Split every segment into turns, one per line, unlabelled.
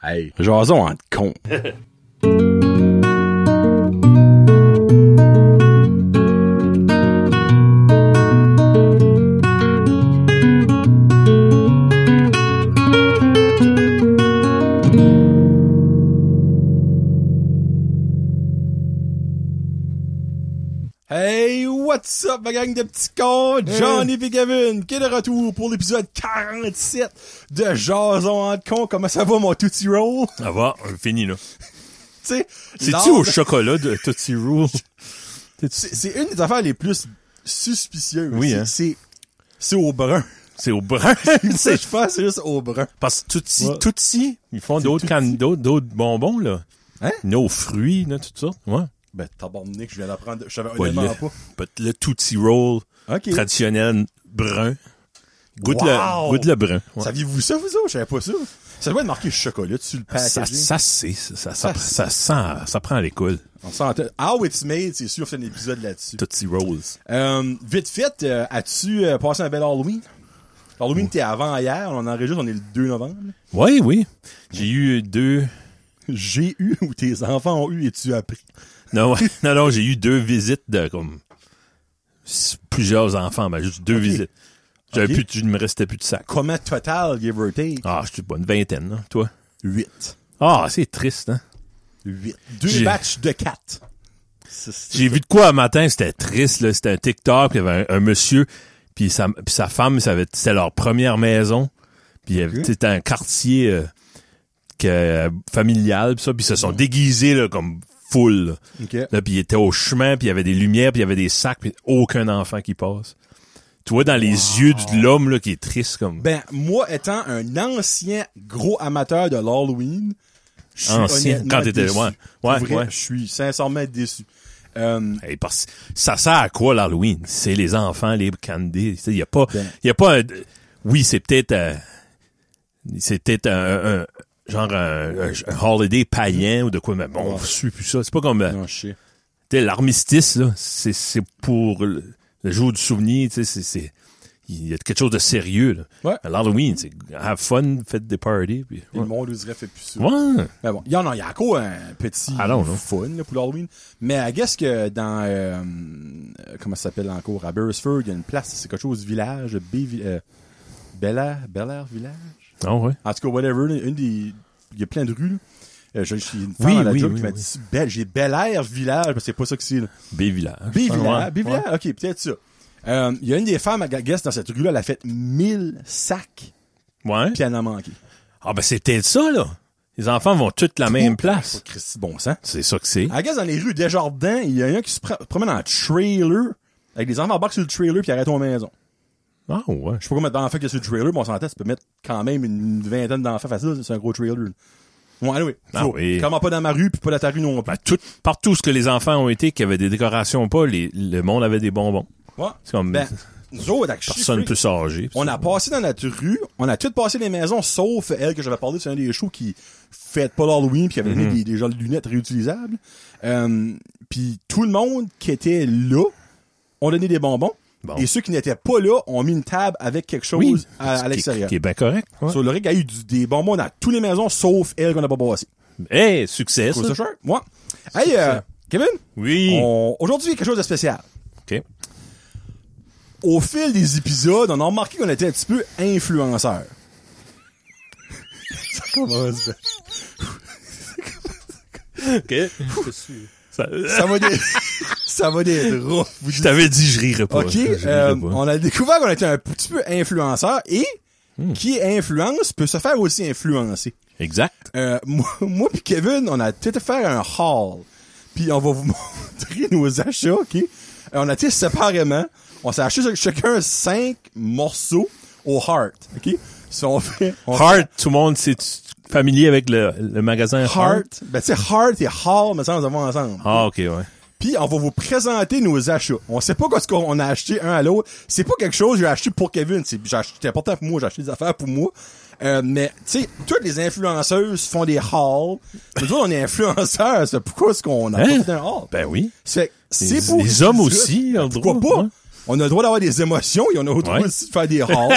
Hey, jason en con. Hey, what's up, ma gang de petits cons? Johnny et Kevin, qui est de retour pour l'épisode 47 de Jason en con. Comment ça va, mon Tootsie Roll?
Ça va, euh, fini là.
Tu sais,
C'est-tu
l'ordre-
au chocolat de Tootsie Roll?
C'est c'est une des affaires les plus suspicieuses.
Oui,
C'est-
hein.
C'est c'est au brun.
C'est au brun.
Tu sais, je pense que c'est juste au brun.
Parce que Tootsie,
Ouais.
Tootsie, ils font d'autres cannes, d'autres, d'autres bonbons là.
Hein?
Il y en a aux fruits, là, toutes sortes. Ouais.
Ben, tabarnak, je viens d'apprendre. Je savais
Ouais,
honnêtement
le, peut- le Tootsie Roll
pas. OK.
traditionnel brun. Goûte, le,
Wow!
goûte le brun. Ouais.
Saviez-vous ça, vous autres? Je savais pas ça. Ça doit être marqué chocolat dessus le
Ça,
packaging.
ça, c'est, ça, ça, ça, ça sent, ça prend à l'école.
On s'entend. How it's made, c'est sûr, on fait un épisode là-dessus.
Tootsie Rolls.
Euh, vite fait, euh, as-tu euh, passé un bel Halloween? Halloween, t'es avant hier. On en enregistre, on est le 2 novembre.
Oui, oui. J'ai eu deux,
J'ai eu ou tes enfants ont eu et tu as appris.
Non, ouais. non, non, j'ai eu deux visites de comme s- plusieurs enfants, mais juste deux visites. J'avais
Ok.
plus, de- il me restait plus de sac.
Comment total, give or take?
Ah, je suis pas une vingtaine, là, toi.
8.
Ah, c'est triste, hein.
8. Deux
J'ai-
matchs de 4. C'est
J'ai vu de quoi un matin, c'était triste, là. C'était un TikTok, puis il y avait un, un monsieur, puis sa, puis sa femme, ça avait- c'était leur première maison, puis il y avait-
Ok.
c'était un quartier euh, que, euh, familial, puis ça, puis ils se
Ah.
sont déguisés, là, comme foule, là. Là, puis il était au chemin, puis il y avait des lumières, puis il y avait des sacs, puis aucun enfant qui passe. Tu vois dans les yeux de l'homme là qui est triste comme
Ben, moi, étant un ancien gros amateur de l'Halloween, je suis
Ancien,
honnêtement
quand t'étais-
déçu.
ouais,
Pour
ouais,
vrai,
ouais.
Je suis sincèrement déçu. Euh,
Hey, parce- ça sert à quoi l'Halloween C'est les enfants, les candy. Il y a pas,
Ben.
il y a pas. un- Oui, c'est peut-être, euh, c'est peut-être un, un- genre un, un- un holiday païen ou de quoi. Mais bon, on suit plus ça. C'est pas comme euh,
non, je sais.
tu sais, l'armistice là. C'est c'est pour le, le jour du souvenir. Tu sais, c'est- c'est il y a quelque chose de sérieux. Là.
Ouais.
Mais L'Halloween, c'est have fun, faites des parties. Puis,
Et
ouais.
Le monde oserait fait plus ça.
Ouais.
Mais bon, il y en a, il y a encore un petit
I don't know.
fun là, pour l'Halloween. Mais à guess que dans, euh, euh, comment ça s'appelle encore, à Beresford, il y a une place, c'est quelque chose, village, B, euh, Bel Air, Bel Air Village.
Ah ouais.
En tout cas, whatever, là, une des, il y a plein de rues. là. Euh, je- je suis une femme
Oui,
à la
oui,
job
oui,
qui m'a
oui.
dit, Bel- j'ai Bel Air Village, parce que c'est pas ça que c'est. là.
B-Village.
Bivillard,
Ah Ouais.
Bivillard, ok, peut-être ça. Euh, Il y a une des femmes à Gaguest dans cette rue-là, elle a fait 1000 sacs,
Ouais.
puis elle en a manqué.
Ah ben c'est peut-être ça là. Les enfants vont toutes la même
Oh,
place.
Christy, bon sang.
C'est ça que c'est.
À Gaguest, dans les rues Desjardins, il y a un qui se pr- promène en trailer, avec des enfants embarquent sur le trailer, puis arrêtent aux maisons.
Ah ouais.
Je sais pas combien d'enfants qu'il y a sur le trailer, mais on s'entend, tu peux mettre quand même une vingtaine d'enfants facile, c'est un gros trailer. Ouais, anyway.
Ah
Flo,
oui.
Comment pas dans ma rue, puis pas dans ta rue non plus.
Ben, tout, partout ce que les enfants ont été, qu'il y avait des décorations ou pas, les- le monde avait des bonbons.
Ouais.
C'est comme
Ben, nous autres, avec
personne
chiffrer,
peut s'arranger.
On a passé dans notre rue, on a toutes passé les maisons, sauf elle que j'avais parlé, c'est un des shows qui fête pas l'Halloween, puis qui avait
Mhm.
mis des, des genres de lunettes réutilisables. Euh, puis tout le monde qui était là, on donnait des bonbons.
Bon.
Et ceux qui n'étaient pas là ont mis une table avec quelque chose
Oui.
à, à
Ce qui est-
l'extérieur.
Qui est bien correct. Ouais.
Sur le rig, il y a eu du- des bonbons dans toutes les maisons, sauf elle qu'on n'a pas passé.
Hey, succès.
Cool, ça,
ça.
sure. Ouais. Hey, euh, Kevin,
Oui.
on- aujourd'hui, quelque chose de spécial.
OK.
Au fil des épisodes, on a remarqué qu'on était un petit peu influenceurs. ça commence bien.
OK. Ça-
Ça va des... ça va des drôles.
je t'avais dit, je rirais pas.
OK,
Je rirais
euh,
pas.
on a découvert qu'on était un petit peu influenceurs et qui influence peut se faire aussi influencer.
Exact.
Euh, moi, moi puis Kevin, on a été faire un haul. Puis on va vous montrer nos achats, OK? Euh, on a été séparément. On s'est acheté chacun cinq morceaux au Heart, OK? Si on fait... on
Heart, tout le monde, c'est familier avec le, le magasin Heart?
Heart. Ben, tu sais, Heart et Hall, mais ça, on va ensemble.
Ah, OK, ouais.
Puis, on va vous présenter nos achats. On sait pas quoi ce qu'on a acheté un à l'autre. C'est pas quelque chose que j'ai acheté pour Kevin. C'est j'ai acheté- c'est important pour moi. J'ai acheté des affaires pour moi. Euh, mais, tu sais, toutes les influenceuses font des hauls. Nous autres, on est influenceurs. C'est pourquoi est-ce qu'on a
Hein?
pas fait un haul?
Ben oui.
C'est
Les,
c'est pour ben,
les hommes aussi ont le droit.
Pourquoi pas?
ouais.
On a le droit d'avoir des émotions et on a le droit
Ouais.
aussi de faire des hauls.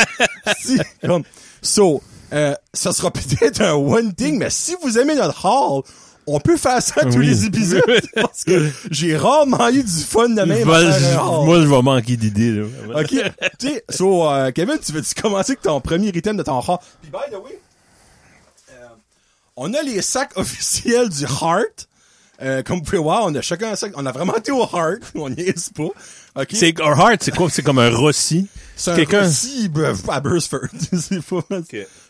si, comme, so, Euh, ça sera peut-être un one thing, mais si vous aimez notre haul, on peut faire ça à tous
Oui.
les épisodes. parce que j'ai rarement eu du fun de même.
Moi,
à faire
je-
un haul.
moi, je vais manquer d'idées, là.
oh. OK. tu sais, so, euh, Kevin, tu veux-tu commencer avec ton premier item de ton heart? Puis, by the way, euh, on a les sacs officiels du heart. Euh, comme vous pouvez voir, on a chacun un sac. On a vraiment été au heart. On n'y est pas. OK.
C'est, our heart, c'est quoi? C'est comme un Rossi.
C'est un
Quelqu'un-
Rossi, bref, à Burstford. C'est pas-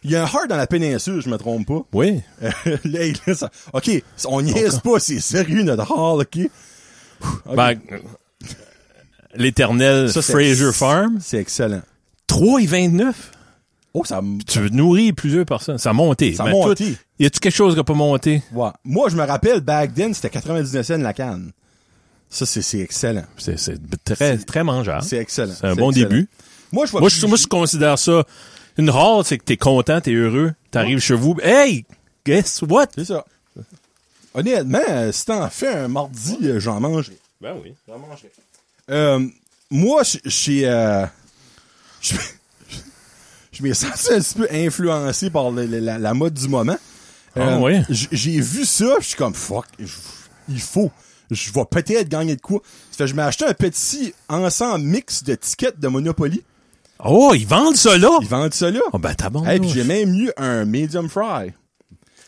Il y a un heart dans la péninsule, je me trompe pas.
Oui.
Euh, là, il- là, ça- OK, on niaise pas, c'est sérieux notre hall, OK? Ouh, OK.
Ben, euh, l'éternel
Ça, c'est-
Fraser Farm.
C'est excellent.
3,29.
Oh, ça me...
Tu veux nourrir plusieurs personnes. Ça a monté.
Ça a
Mais toi,
monté.
y a-tu quelque chose qui a pas monté?
Ouais. Moi, je me rappelle, back then, c'était 99 cents la canne. Ça, c'est c'est excellent.
C'est, c'est très, très mangeable.
C'est excellent.
C'est un bon
excellent.
début.
Moi, je vois
Moi, je, moi, je considère ça une rare, c'est que t'es content, t'es heureux, t'arrives chez vous. Hey! Guess what?
C'est ça. Honnêtement, euh, si t'en fais un mardi, euh, j'en mangerai.
Ben oui.
Euh, moi, je- je suis, euh, je je m'ai senti un petit peu influencé par le- le- la, la mode du moment. Euh,
Ah, ouais.
j- J'ai vu ça, puis je suis comme fuck, je- il faut. Je vais peut-être gagner de quoi. Ça fait que je m'ai acheté un petit ensemble mix de tickets de Monopoly.
Oh, ils vendent ça là!
Ils vendent ça là.
Oh, ben, t'as bon.
Hey, puis j'ai même eu un medium fry.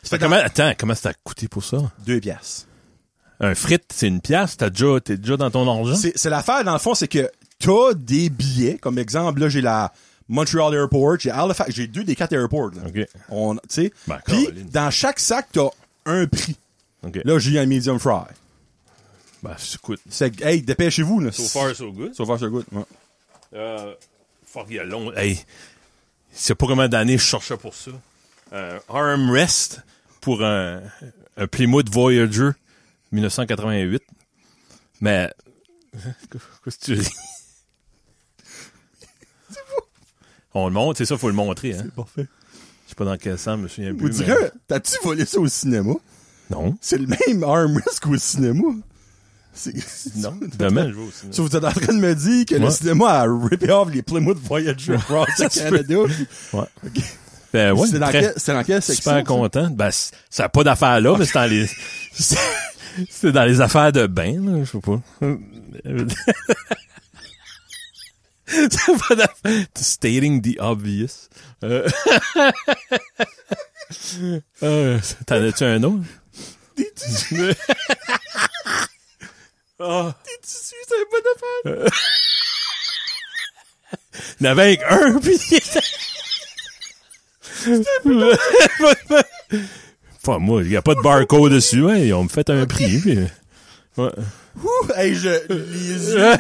Ça fait comment, attends, comment ça t'a coûté pour ça?
Deux piastres.
Un frite, c'est une pièce, t'as déjà, t'es déjà dans ton argent?
C'est, c'est l'affaire, dans le fond, c'est que t'as des billets. Comme exemple, là, j'ai la Montreal Airport, j'ai Halifax, j'ai deux des quatre airports. là.
OK.
On, tu sais.
Ben,
Puis,
Caroline.
dans chaque sac, t'as un prix.
OK.
Là, j'ai eu un medium fry.
ben, ça coûte.
C'est, que, hey, dépêchez-vous, là.
so good.
So far, so good. ouais.
Euh, fuck, il y a long. Hey, c'est pas combien d'années je cherchais pour ça. Un armrest pour un, un Plymouth Voyager 1988. Mais. Qu'est-ce que tu ris? On le montre, c'est ça, faut le montrer. Hein?
Parfait.
Je sais pas dans quel sens, je me souviens plus.
Vous
mais-
direz, t'as-tu volé ça au cinéma?
Non.
C'est le même arm risk au cinéma. C'est,
Non. Demain, je vais au cinéma.
So, vous êtes en train de me dire que le
Ouais.
cinéma a rippé off les Plymouth Voyager across the
Ça se peut.
Canada.
Ouais. Ben, ouais,
c'est, dans
très-
quelle, c'est dans quelle section?
Super
ça?
content. Ben, c- ça n'a pas d'affaires là, mais c'est dans les. c'est- c'est dans les affaires de bain, là, je sais pas. ça n'a pas d'affaires. Stating the obvious. Euh... Euh, T'en as-tu un autre? Ah,
Tissu, c'est un bon affaire.
Il y en avait avec un, puis il était- Enfin, moi, il n'y a pas de barcode dessus, hein. Ils ont me fait un prix, puis- Ouais.
Ouh, hey, je, les yeux.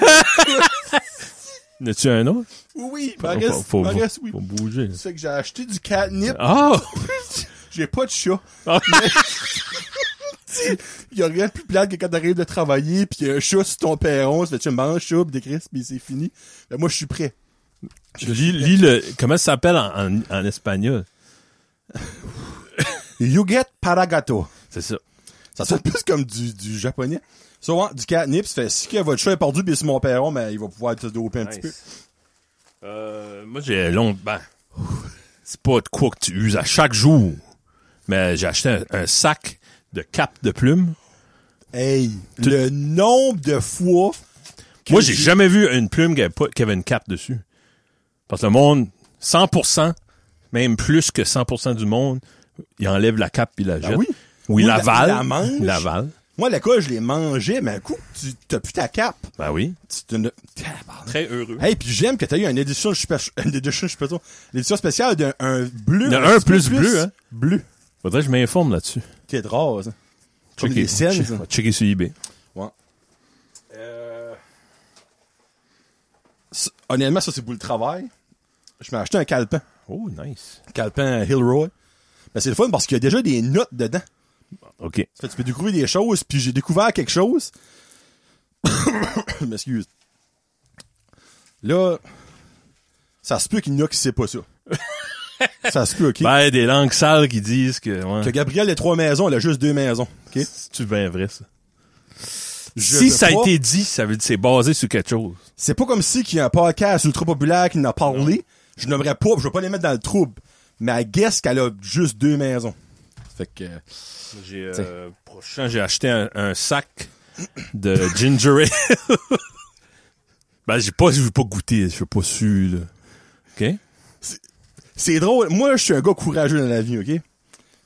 En as-tu un autre?
Oui, Maurice,
faut, faut-
Maurice, oui.
faut bouger.
C'est que j'ai acheté du catnip.
Ah!
J'ai pas de chat.
Ah.
Mais- Tu- y a rien de plus plate que quand t'arrives de travailler pis y a un chat sur ton perron, ça fait tu manges chat pis des crisps pis c'est fini. Ben, moi, je suis prêt.
lis, lis le, comment ça s'appelle en, en, en espagnol?
Yuget Paragato.
C'est ça.
Ça sonne plus comme du, du japonais. Souvent, du catnip, ça fait si que votre chat est perdu pis sur mon perron, ben, il va pouvoir se doper un petit peu.
Euh, moi, j'ai long, ben, c'est pas de quoi que tu uses à chaque jour. Mais j'ai acheté un, un sac de cap de plumes.
Hey, le nombre de fois. que
Moi, j'ai jamais vu une plume qui avait, pas, qui avait une cape dessus. Parce que le monde, 100%, même plus que 100% du monde, il enlève la cape puis il la jette.
Ben oui.
Ou il
Ou la-
l'avale.
il la mange.
Il l'avale.
Moi, à l'école, je les mangeais, mais un coup, tu t'as plus ta cape.
Ben oui.
Tu te ne- Tabarnak.
Très heureux.
Hey, puis j'aime que t'as eu une édition, je sais pas, une édition, je sais pas trop, une édition spéciale d'un un bleu.
Il y en a
petit
un
peu
plus bleu, hein.
Bleu.
Faudrait que je m'informe là-dessus.
Qui est drôle, ça. Comme
Checker-
les scènes,
che-
ça.
Checker sur eBay.
Ouais. Ça- Honnêtement, ça, c'est pour le travail. Je m'ai acheté un calepin.
Oh, nice.
Calepin Hillroy. Ben, c'est le fun parce qu'il y a déjà des notes dedans.
OK.
Ça fait que tu peux découvrir des choses, puis j'ai découvert quelque chose. Je m'excuse. Là, ça se peut qu'il n'y a qui sait pas ça. ça se peut, OK?
Ben, des langues sales qui disent que... ouais.
que Gabriel a trois maisons, elle a juste deux maisons. OK?
C'est-tu bien vrai, ça?
Je veux
si ça a
pas-
été dit, ça veut dire que c'est basé sur quelque chose.
C'est pas comme si qu'il y a un podcast ultra populaire qui en a parlé. Je n'aimerais pas, je veux pas les mettre dans le trouble. mais elle guess qu'elle a juste deux maisons. Fait que,
J'ai, euh, prochain, j'ai acheté un, un sac de ginger ale. ben, j'ai pas, j'ai pas goûté, je suis pas su, là. OK?
c'est drôle. Moi, je suis un gars courageux dans la vie, ok?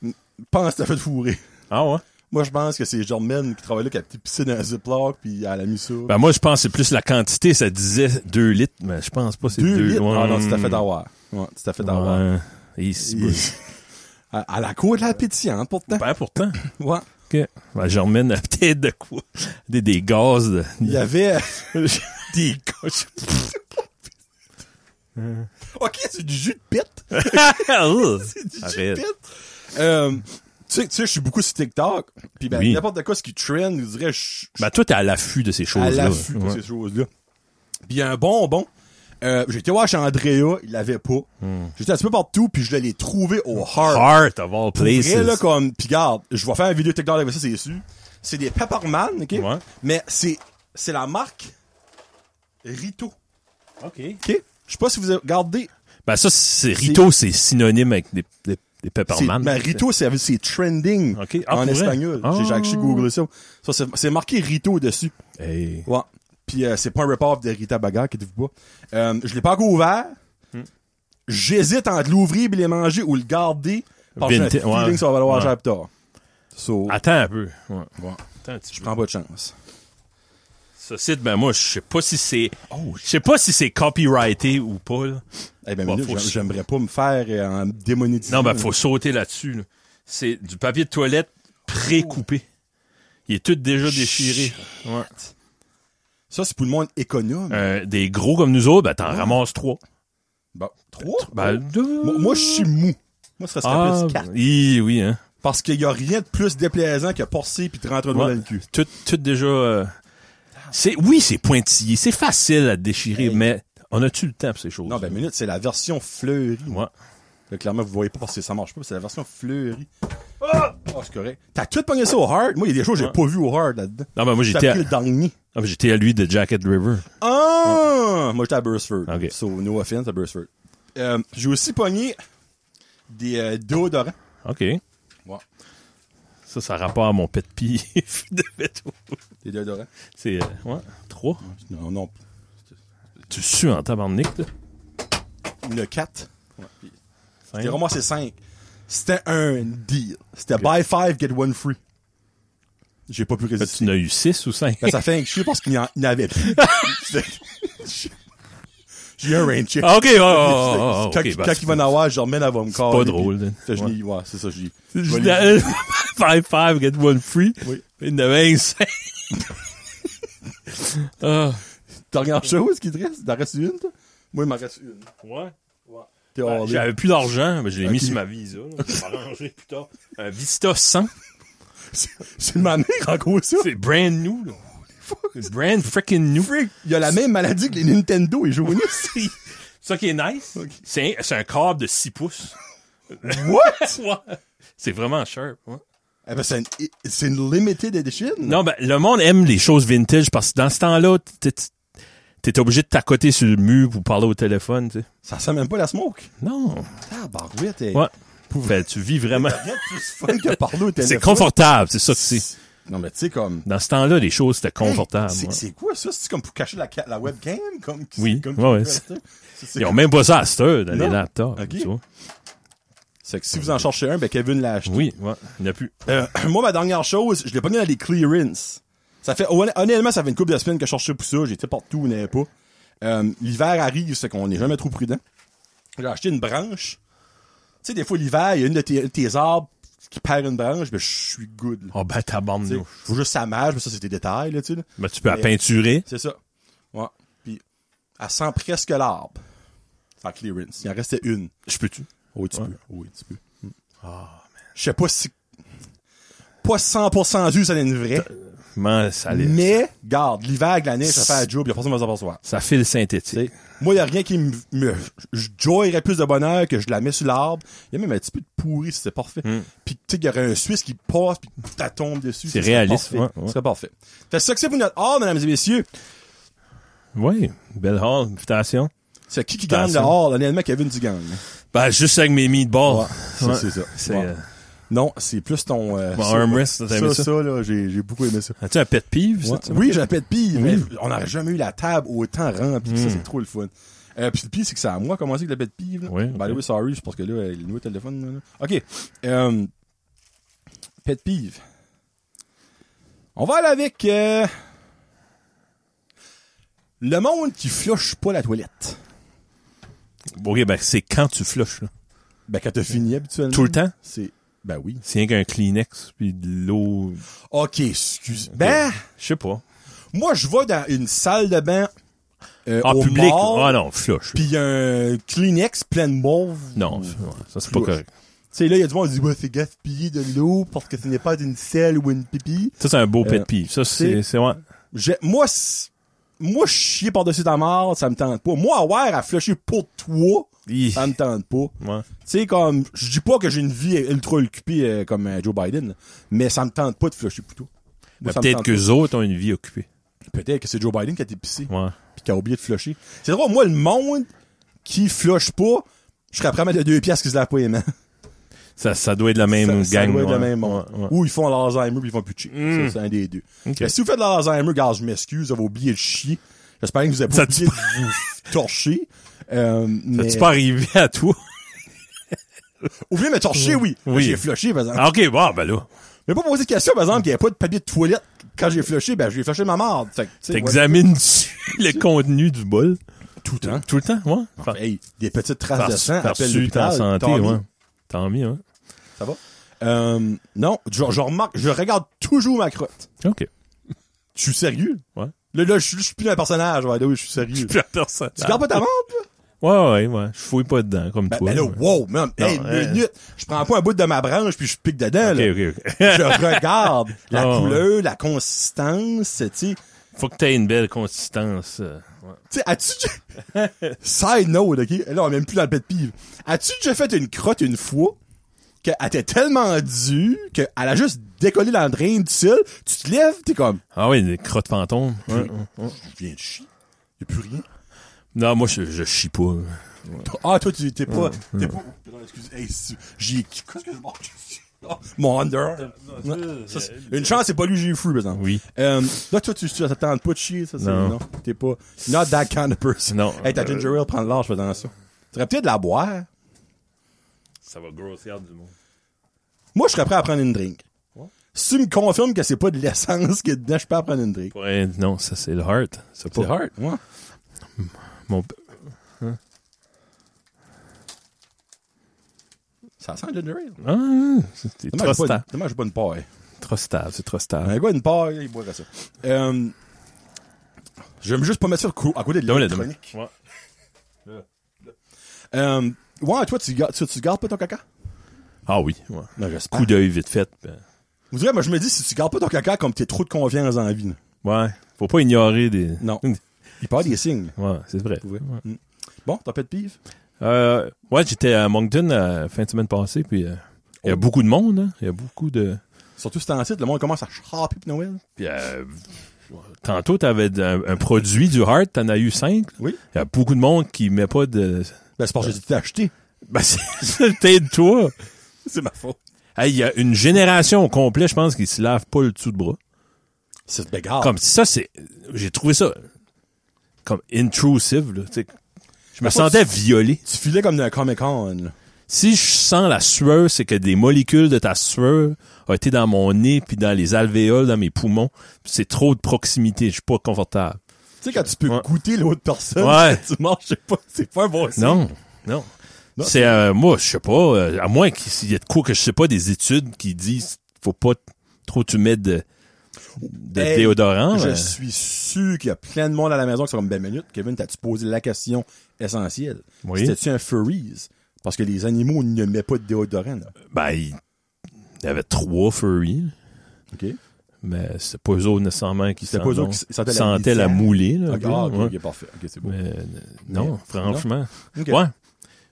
M- Pense t'as fait fourrer.
Ah ouais?
Moi, je pense que c'est Jordan qui travaille là, qui a petite piscine dans un Ziploc, puis elle a mis ça.
Ben, moi, je pense que c'est plus la quantité, ça disait 2 litres, mais je pense pas que c'est
deux
2
litres. Ah non, tu t'as fait d'avoir. Ouais, tu t'as fait d'avoir.
Ouais. Ici,
Et- à, à la cour de la pétillante, pourtant.
Ben, pourtant.
Ouais.
OK. Ben, Germaine a peut-être de quoi? Des, des gaz de...
Il y avait... euh,
des gaz.
ok, c'est du jus de pète.
Arrête.
Du jus de pète. Euh, tu sais, tu sais, je suis beaucoup sur TikTok. Puis ben,
Oui.
n'importe quoi, ce qui trend, je dirais, je je
Ben, toi, t'es à l'affût de ces
à
choses-là.
l'affût de
Ouais.
ces choses-là. Puis il y a un bonbon. Euh, J'étais voir chez Andrea, il l'avait pas.
Hmm.
J'étais un petit peu partout, puis je l'ai trouvé au Heart.
Heart of all places.
Vrai, là, comme, pis garde, je vais faire une vidéo TikTok avec ça, c'est sûr. C'est des Pepperman, ok?
Ouais.
Mais c'est, c'est la marque Rito,
OK.
ok? Je sais pas si vous avez regardé.
Ben, ça, c'est Rito, c'est synonyme avec des, des, des
C'est,
Pepperman.
mais Rito, c'est, c'est trending.
Ok.
en
Ah, pour vrai? Ah.
espagnol. J'ai, j'ai actually googlé ça. Ça, c'est, c'est marqué Rito dessus.
Hey.
Ouais. Puis euh, c'est pas un rip-off de Rita Baga, qui vous pas. Euh, je l'ai pas encore ouvert. J'hésite entre l'ouvrir et les manger ou le garder. Parce que j'ai un
Vintage,
feeling
ouais.
que ça va valoir
Ouais. Ah.
cher plus tard. So,
Attends un peu. Ouais.
ouais.
Attends un petit
Je
peu.
prends pas de chance.
Ce site, ben, moi, je sais pas si c'est,
Oh,
je sais pas si c'est copyrighté ou pas, là.
Eh ben,
Bah,
là,
faut-
j'aim- j'aimerais pas me faire euh, en démonétiser.
Non, ben, faut sauter là-dessus, là. C'est du papier de toilette pré-coupé. Il est tout déjà déchiré. Ouais.
Ça, c'est pour le monde économe.
Euh, des gros comme nous autres, ben,
Mmh.
t'en ramasses trois.
Bon, trois?
Ben, deux.
Moi, moi, je suis mou. Moi, ça serait
ah,
plus quatre.
oui, oui, hein.
Parce qu'il y a rien de plus déplaisant que porcer puis te rentrer le doigt
Ouais.
dans le cul.
Tout, tout déjà. euh, c'est, oui, c'est pointillé, c'est facile à déchirer,
Hey.
mais on a-tu le temps pour ces choses?
Non, ben, minute, c'est la version fleurie.
Ouais.
Là, clairement, vous voyez pas parce que ça marche pas, c'est la version fleurie. Ah! Oh, c'est correct. T'as tout pogné ça au hard? Moi, il y a des choses que j'ai
Ouais.
pas vues au hard là-dedans.
Non, ben, moi,
J'ai
j'étais à,
pris le dernier.
ah, ben, j'étais à lui de Jacket River.
Ah! Moi, j'étais à Burstford.
Ok.
So, no offense à Burstford. Euh, j'ai aussi pogné des euh, déodorants.
OK.
Ouais.
Ça, ça a rapport à mon pet pee de veto.
Des déodorants.
C'est, euh, ouais, trois.
Non, non.
Tu sues en tabarnak, là.
Le 4.
Cinq.
C'était
Hein?
vraiment c'est 5. C'était un deal. C'était buy 5, get one free. J'ai pas pu
Tu
résister.
en as eu six ou cinq?
Ben, ça fait un chien parce qu'il n'y en il n'y en avait plus. Fait que- J'ai un rain check.
Ah, OK, ouais, ouais, ouais, ouais, ouais,
quand
OK, ben,
quand il va en avoir, je remène avant me corps.
pas drôle, là.
Fait, que je dis, ouais, c'est ça, je dis.
c'est-
Je vais lui-
je- euh, Five, five, get one free.
Oui.
Il y en avait un cinq. Ah.
T'en regardes chose qui te reste? T'en restes une, toi? Moi, il m'en reste une.
Ouais.
T'es
Ben,
hors
J'avais plus d'argent, mais je l'ai
Oh,
mis
Ok.
sur ma Visa. là. Je vais arranger plus tard. Un Vista 100.
C'est une manière encore ça.
C'est brand new. Là. C'est brand freaking new.
Il y a la même maladie que les Nintendo et Johnny.
C'est ça qui est nice. C'est un, c'est un câble de 6 pouces.
What?
Ouais. C'est vraiment cher. ouais.
Eh ben, c'est une, c'est une limited edition.
Non, ben, le monde aime les choses vintage parce que dans ce temps-là, t'es- t'es obligé de t'accoter sur le mur pour parler au téléphone. tu sais.
Ça sent même pas la smoke.
Non.
Ah, barouette, eh.
Ouais. Fait, tu vis vraiment.
Rien de plus fun que parler au téléphone.
C'est confortable, c'est ça que c'est.
Non, mais tu sais, comme.
Dans ce temps-là, les choses, c'était confortable.
Hey, c'est,
ouais.
c'est quoi ça? C'est comme pour cacher la, ca- la webcam? Comme,
Oui,
comme
ouais, ouais,
C'est, c'est- c'est-
Ils ont même pas ça à cette heure dans les
Non.
laptops.
Ok.
tu vois.
C'est que si vous en cherchez un, ben Kevin l'a acheté.
Oui, ouais. il n'y en a plus.
Euh, moi, ma dernière chose, je l'ai pas mis dans les clearance. Ça fait, hon- honnêtement, ça fait une couple de semaines que je cherchais pour ça. J'étais partout, on n'avait pas. Euh, l'hiver arrive, c'est qu'on n'est jamais trop prudent. J'ai acheté une branche. Tu sais, des fois, l'hiver, il y a une de tes, tes arbres qui perd une branche, ben, je suis good. là.
Oh, ben,
Tu sais,
tabarnouche.
Faut juste que ça marche, mais ça, c'est des détails, là, tu sais. là.
Ben, tu peux la
Mais-
peinturer.
C'est ça. Ouais. Puis, elle sent presque l'arbre. Ça clearance. Il en restait une.
Je peux-tu?
Oui, tu peux.
Oh,
Oui, tu peux.
Mm.
Je sais pas si. Pas 100% sûr, ça n'est une vraie.
Comment ça allait?
Mais, garde, l'hiver avec la neige, ça fait un job, y'a personne qui va s'en apercevoir.
Ça file synthétique.
Moi, y a rien qui me, me- je joyerais plus de bonheur que je la mets sur l'arbre. Y a même un petit peu de pourri, c'est parfait. Puis, tu sais, y aurait un Suisse qui passe, puis ça tombe dessus.
Mm. C'est
Ce serait
réaliste,
parfait.
ouais, ouais.
Ce serait parfait. Fait que c'est ça que c'est pour notre art, mesdames et messieurs.
Oui. Belle hall, invitation.
C'est qui qui
T'as
gagne le
ça.
hall? Honnêtement, Kevin, tu gagnes.
Ben, juste avec mes meatballs.
Ouais, c'est-
Ouais.
c'est Oh, ça.
C'est,
Ouais.
euh,
Non, c'est plus ton... euh,
Mon
ça,
armrest, t'as aimé ça?
là, j'ai j'ai beaucoup aimé ça.
As-tu un pet peeve? ça,
Ouais.
tu-
Oui, Hmm. j'appelle pire. mais
Oui.
On n'aurait jamais eu la table autant remplie. Ça, c'est trop le fun. Euh, puis le pire, c'est que c'est à moi de commencer avec la bête pire.
Oui,
By the
oui.
way, sorry, je pense que là, euh, le nouveau téléphone. là, là. OK. Euh, pet peeve. On va aller avec euh, le monde qui flush pas la toilette.
Ok, ben, c'est quand tu flushes, là.
Ben, quand t'as fini habituellement.
Tout le temps?
C'est. Ben oui.
C'est rien qu'un Kleenex, puis de l'eau.
OK, excuse. Ben,
Je sais pas.
moi, je vais dans une salle de bain euh,
En
au
public?
mort,
Ah non, flush.
Puis un Kleenex plein de mauve.
Non, f- ouais, ça, c'est pas
Flush.
correct.
Tu sais, là, il y a du monde qui dit, ouais, c'est gaspiller de l'eau parce que ce n'est pas une selle ou une pipi.
Ça, c'est un beau
Euh,
pet peeve. Ça, c'est,
c'est-
c'est, ouais.
J'ai- moi, c- moi, chier par-dessus ta mort, ça me tente pas. Moi, avoir à flusher pour toi,
Hi.
ça me tente pas. Tu
Ouais.
sais, comme, je dis pas que j'ai une vie ultra occupée euh, comme euh, Joe Biden, là, mais ça me tente pas de flusher pour toi. Moi,
Ben,
ça me
peut-être
tente
que eux autres ont une vie occupée.
pas. Peut-être que c'est Joe Biden qui a été pissé
Ouais.
pis qui a oublié de flusher. C'est drôle, moi, le monde qui flush pas, je serais prêt à mettre de deux piastres qu'ils se lavent pas les mains.
Ça, ça doit être la même
ça,
gang.
ça doit être
ouais.
le même
Ouais,
monde.
ouais.
Ou ils font l'Alzheimer puis ils font plus de chier.
Mm.
Ça, c'est un des deux.
Ok.
Mais si vous faites de l'Alzheimer, regarde, je m'excuse, vous avez oublié de chier. J'espère que vous avez
Ça
pas oublié de vous torcher. Euh, mais...
Ça t'es pas arrivé à toi?
Oubliez de me torcher, oui.
Oui.
J'ai flushé, par exemple.
Ah, ok, bon, ben là.
Mais pas posé de question, par exemple, qu'il n'y avait pas de papier de toilette. Quand j'ai flushé, ben, j'ai flushé ma marde. Fait que, tu sais, ouais.
T'examines-tu le contenu du bol?
Tout le temps.
Tout le temps, ouais. Par-
Hey, des petites traces
par-
de sang,
par-
appelle
su ta
l'hôpital.
santé,
Tommy,
ouais. Tant mieux, hein.
Ça va? Euh, non, je, je remarque, je regarde toujours ma crotte.
Ok.
Je suis sérieux.
Ouais.
Là, là, je je suis plus un personnage, by the way, je suis sérieux.
Puis attends ça.
Tu regardes pas ta marde?
Ah. Ouais, ouais, ouais. Je fouille pas dedans, comme
Ben,
toi.
ben là,
ouais.
wow, man, hey,
Non, ouais.
minute, je prends pas un bout de ma branche puis je pique dedans, là.
Ok, ok, ok.
Je regarde la
Ah, ouais.
couleur, la consistance, tu sais.
Faut que t'aies une belle consistance. euh, ouais.
Tu sais, as-tu déjà- Side note, ok? Là, on est même plus dans le pet pive. As-tu déjà fait une crotte une fois qu'elle était tellement due qu'elle a juste décollé dans le drain du sol, tu te lèves, t'es comme,
Ah oui, des crottes fantômes. Ouais,
Puis-
ouais.
je viens de chier. Y'a plus rien.
Non, moi, je, je chie pas.
Ah, toi, tu t'es
Mm,
pas, t'es pas, non, excuse, hey, si- j'y qu'est-ce que je mange? Oh, Mon under. Ça, c'est- Une chance, c'est pas lui que j'ai eu fru, par exemple.
Oui.
Euh, là, toi, tu tu t'attends pas de chier, ça, c'est,
Non.
non. T'es pas, not that kind of person.
Non.
Hey, ta ginger ale prend de l'âge faisant ça. Tu serais peut-être de la boire.
Ça va grossir du monde.
Moi, je serais prêt à prendre une drink.
Ouais.
Si tu me confirmes que c'est pas de l'essence que dedans, je peux prendre une drink.
Ouais, non, ça, c'est le heart. C'est pas.
hard. Ouais.
Mon...
Ça sent le ginger ale.
Ah, c'est- c'est
Dommage, j'ai pas
trostable.
une- dommage, j'ai pas une paille.
Trostable, c'est trostable.
Un gars, une paille, il boirait ça. Euh, J'aime juste pas mettre ça cou- à côté de
Ouais, la
l'électronique.
Ouais.
Euh, ouais, toi, tu, gar- tu, tu gardes pas ton caca?
Ah oui, ouais.
Non, j'espère.
Coup d'œil vite fait. ben.
Vous direz, moi, je me dis, si tu gardes pas ton caca, comme t'es trop de confiance dans la vie. là.
Ouais. Faut pas ignorer des.
Non. Il part des signes.
Ouais, c'est vrai.
Vous pouvez. Mm. Bon, t'as pas de pive?
Euh, ouais, j'étais à Moncton la fin de semaine passée, puis euh, il
Oh.
y a beaucoup de monde, hein. Il y a beaucoup de.
Surtout si t'es en site, le monde commence à charper pis Noël.
Puis, euh, tantôt, t'avais d- un, un produit du Heart, t'en as eu cinq. là.
Oui.
Il y a beaucoup de monde qui met pas de.
Ben, c'est parce que j'ai été acheté.
Ben, c'est t'aide-toi.
C'est ma faute.
Hey, il y a une génération au complet, je pense, qui se lave pas le dessous de bras.
C'est bégard.
Comme ça, c'est. J'ai trouvé ça comme intrusive, là. tu sais. Je me sentais violé.
Tu filais comme d'un Comic Con, là.
Si je sens la sueur, c'est que des molécules de ta sueur ont été dans mon nez, puis dans les alvéoles, dans mes poumons. Puis C'est trop de proximité, je suis pas confortable.
Tu sais, quand tu peux
Ouais.
goûter l'autre personne,
Ouais.
tu manges, je sais pas, c'est pas un bon signe.
Non, non.
Non,
C'est euh, moi, je sais pas, euh, à moins qu'il y ait de quoi que je sais pas, des études qui disent faut pas t- trop tu mettre de, de
Hey,
déodorant. euh,
Je
mais-
suis sûr qu'il y a plein de monde à la maison qui sont comme ben minute. Kevin, t'as-tu posé la question essentielle?
Oui.
C'était-tu un furries? Parce que les animaux ne mettent pas de déodorant, là.
Ben, il il y avait trois furries,
OK?
mais c'est pas eux autres nécessairement qui
C'était pas eux
s'en
autres qui s- sentaient la
sentaient la
litière.
moulée. Là, un
Ok,
peu,
ah, ok,
ouais.
ok, parfait. Ok, c'est bon.
Mais, euh, non,
Mais-
franchement.
Ok.
Ouais.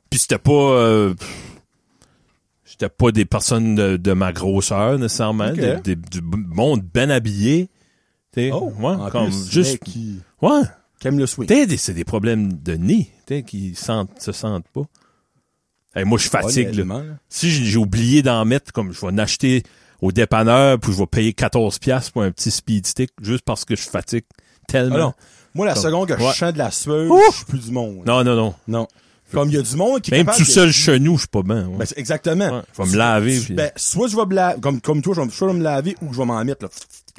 Puis c'était pas. euh, pff, c'était pas des personnes de, de ma grosseur nécessairement,
Ok.
des- des- du b- monde bien habillé. T'sais,
Oh,
ouais,
en
comme
plus,
juste.
mec qui,
Ouais.
qui aime le swing.
T'sais, des- c'est des problèmes de nez, t'sais, qui sentent, se sentent pas. Hey, moi, je fatigue. là.
Honnêtement, là.
Si j'ai j'ai oublié d'en mettre, comme je vais en acheter au dépanneur, puis je vais payer 14$ piastres pour un petit speed stick, juste parce que je fatigue tellement.
Ah non. Moi, la
Comme-
seconde que
Ouais.
je chante de la sueur,
Ouh!
je suis plus du monde.
non, non, non.
Non. Comme il y a du monde qui est
Même
capable
tout
de-
seul chez nous, je suis pas bien. ouais.
Ben, c'est- exactement.
Ouais, je vais me laver,
Tu-
puis-
Ben, soit je vais me laver, comme, comme toi, je vais, soit je vais me laver ou je vais m'en mettre, là.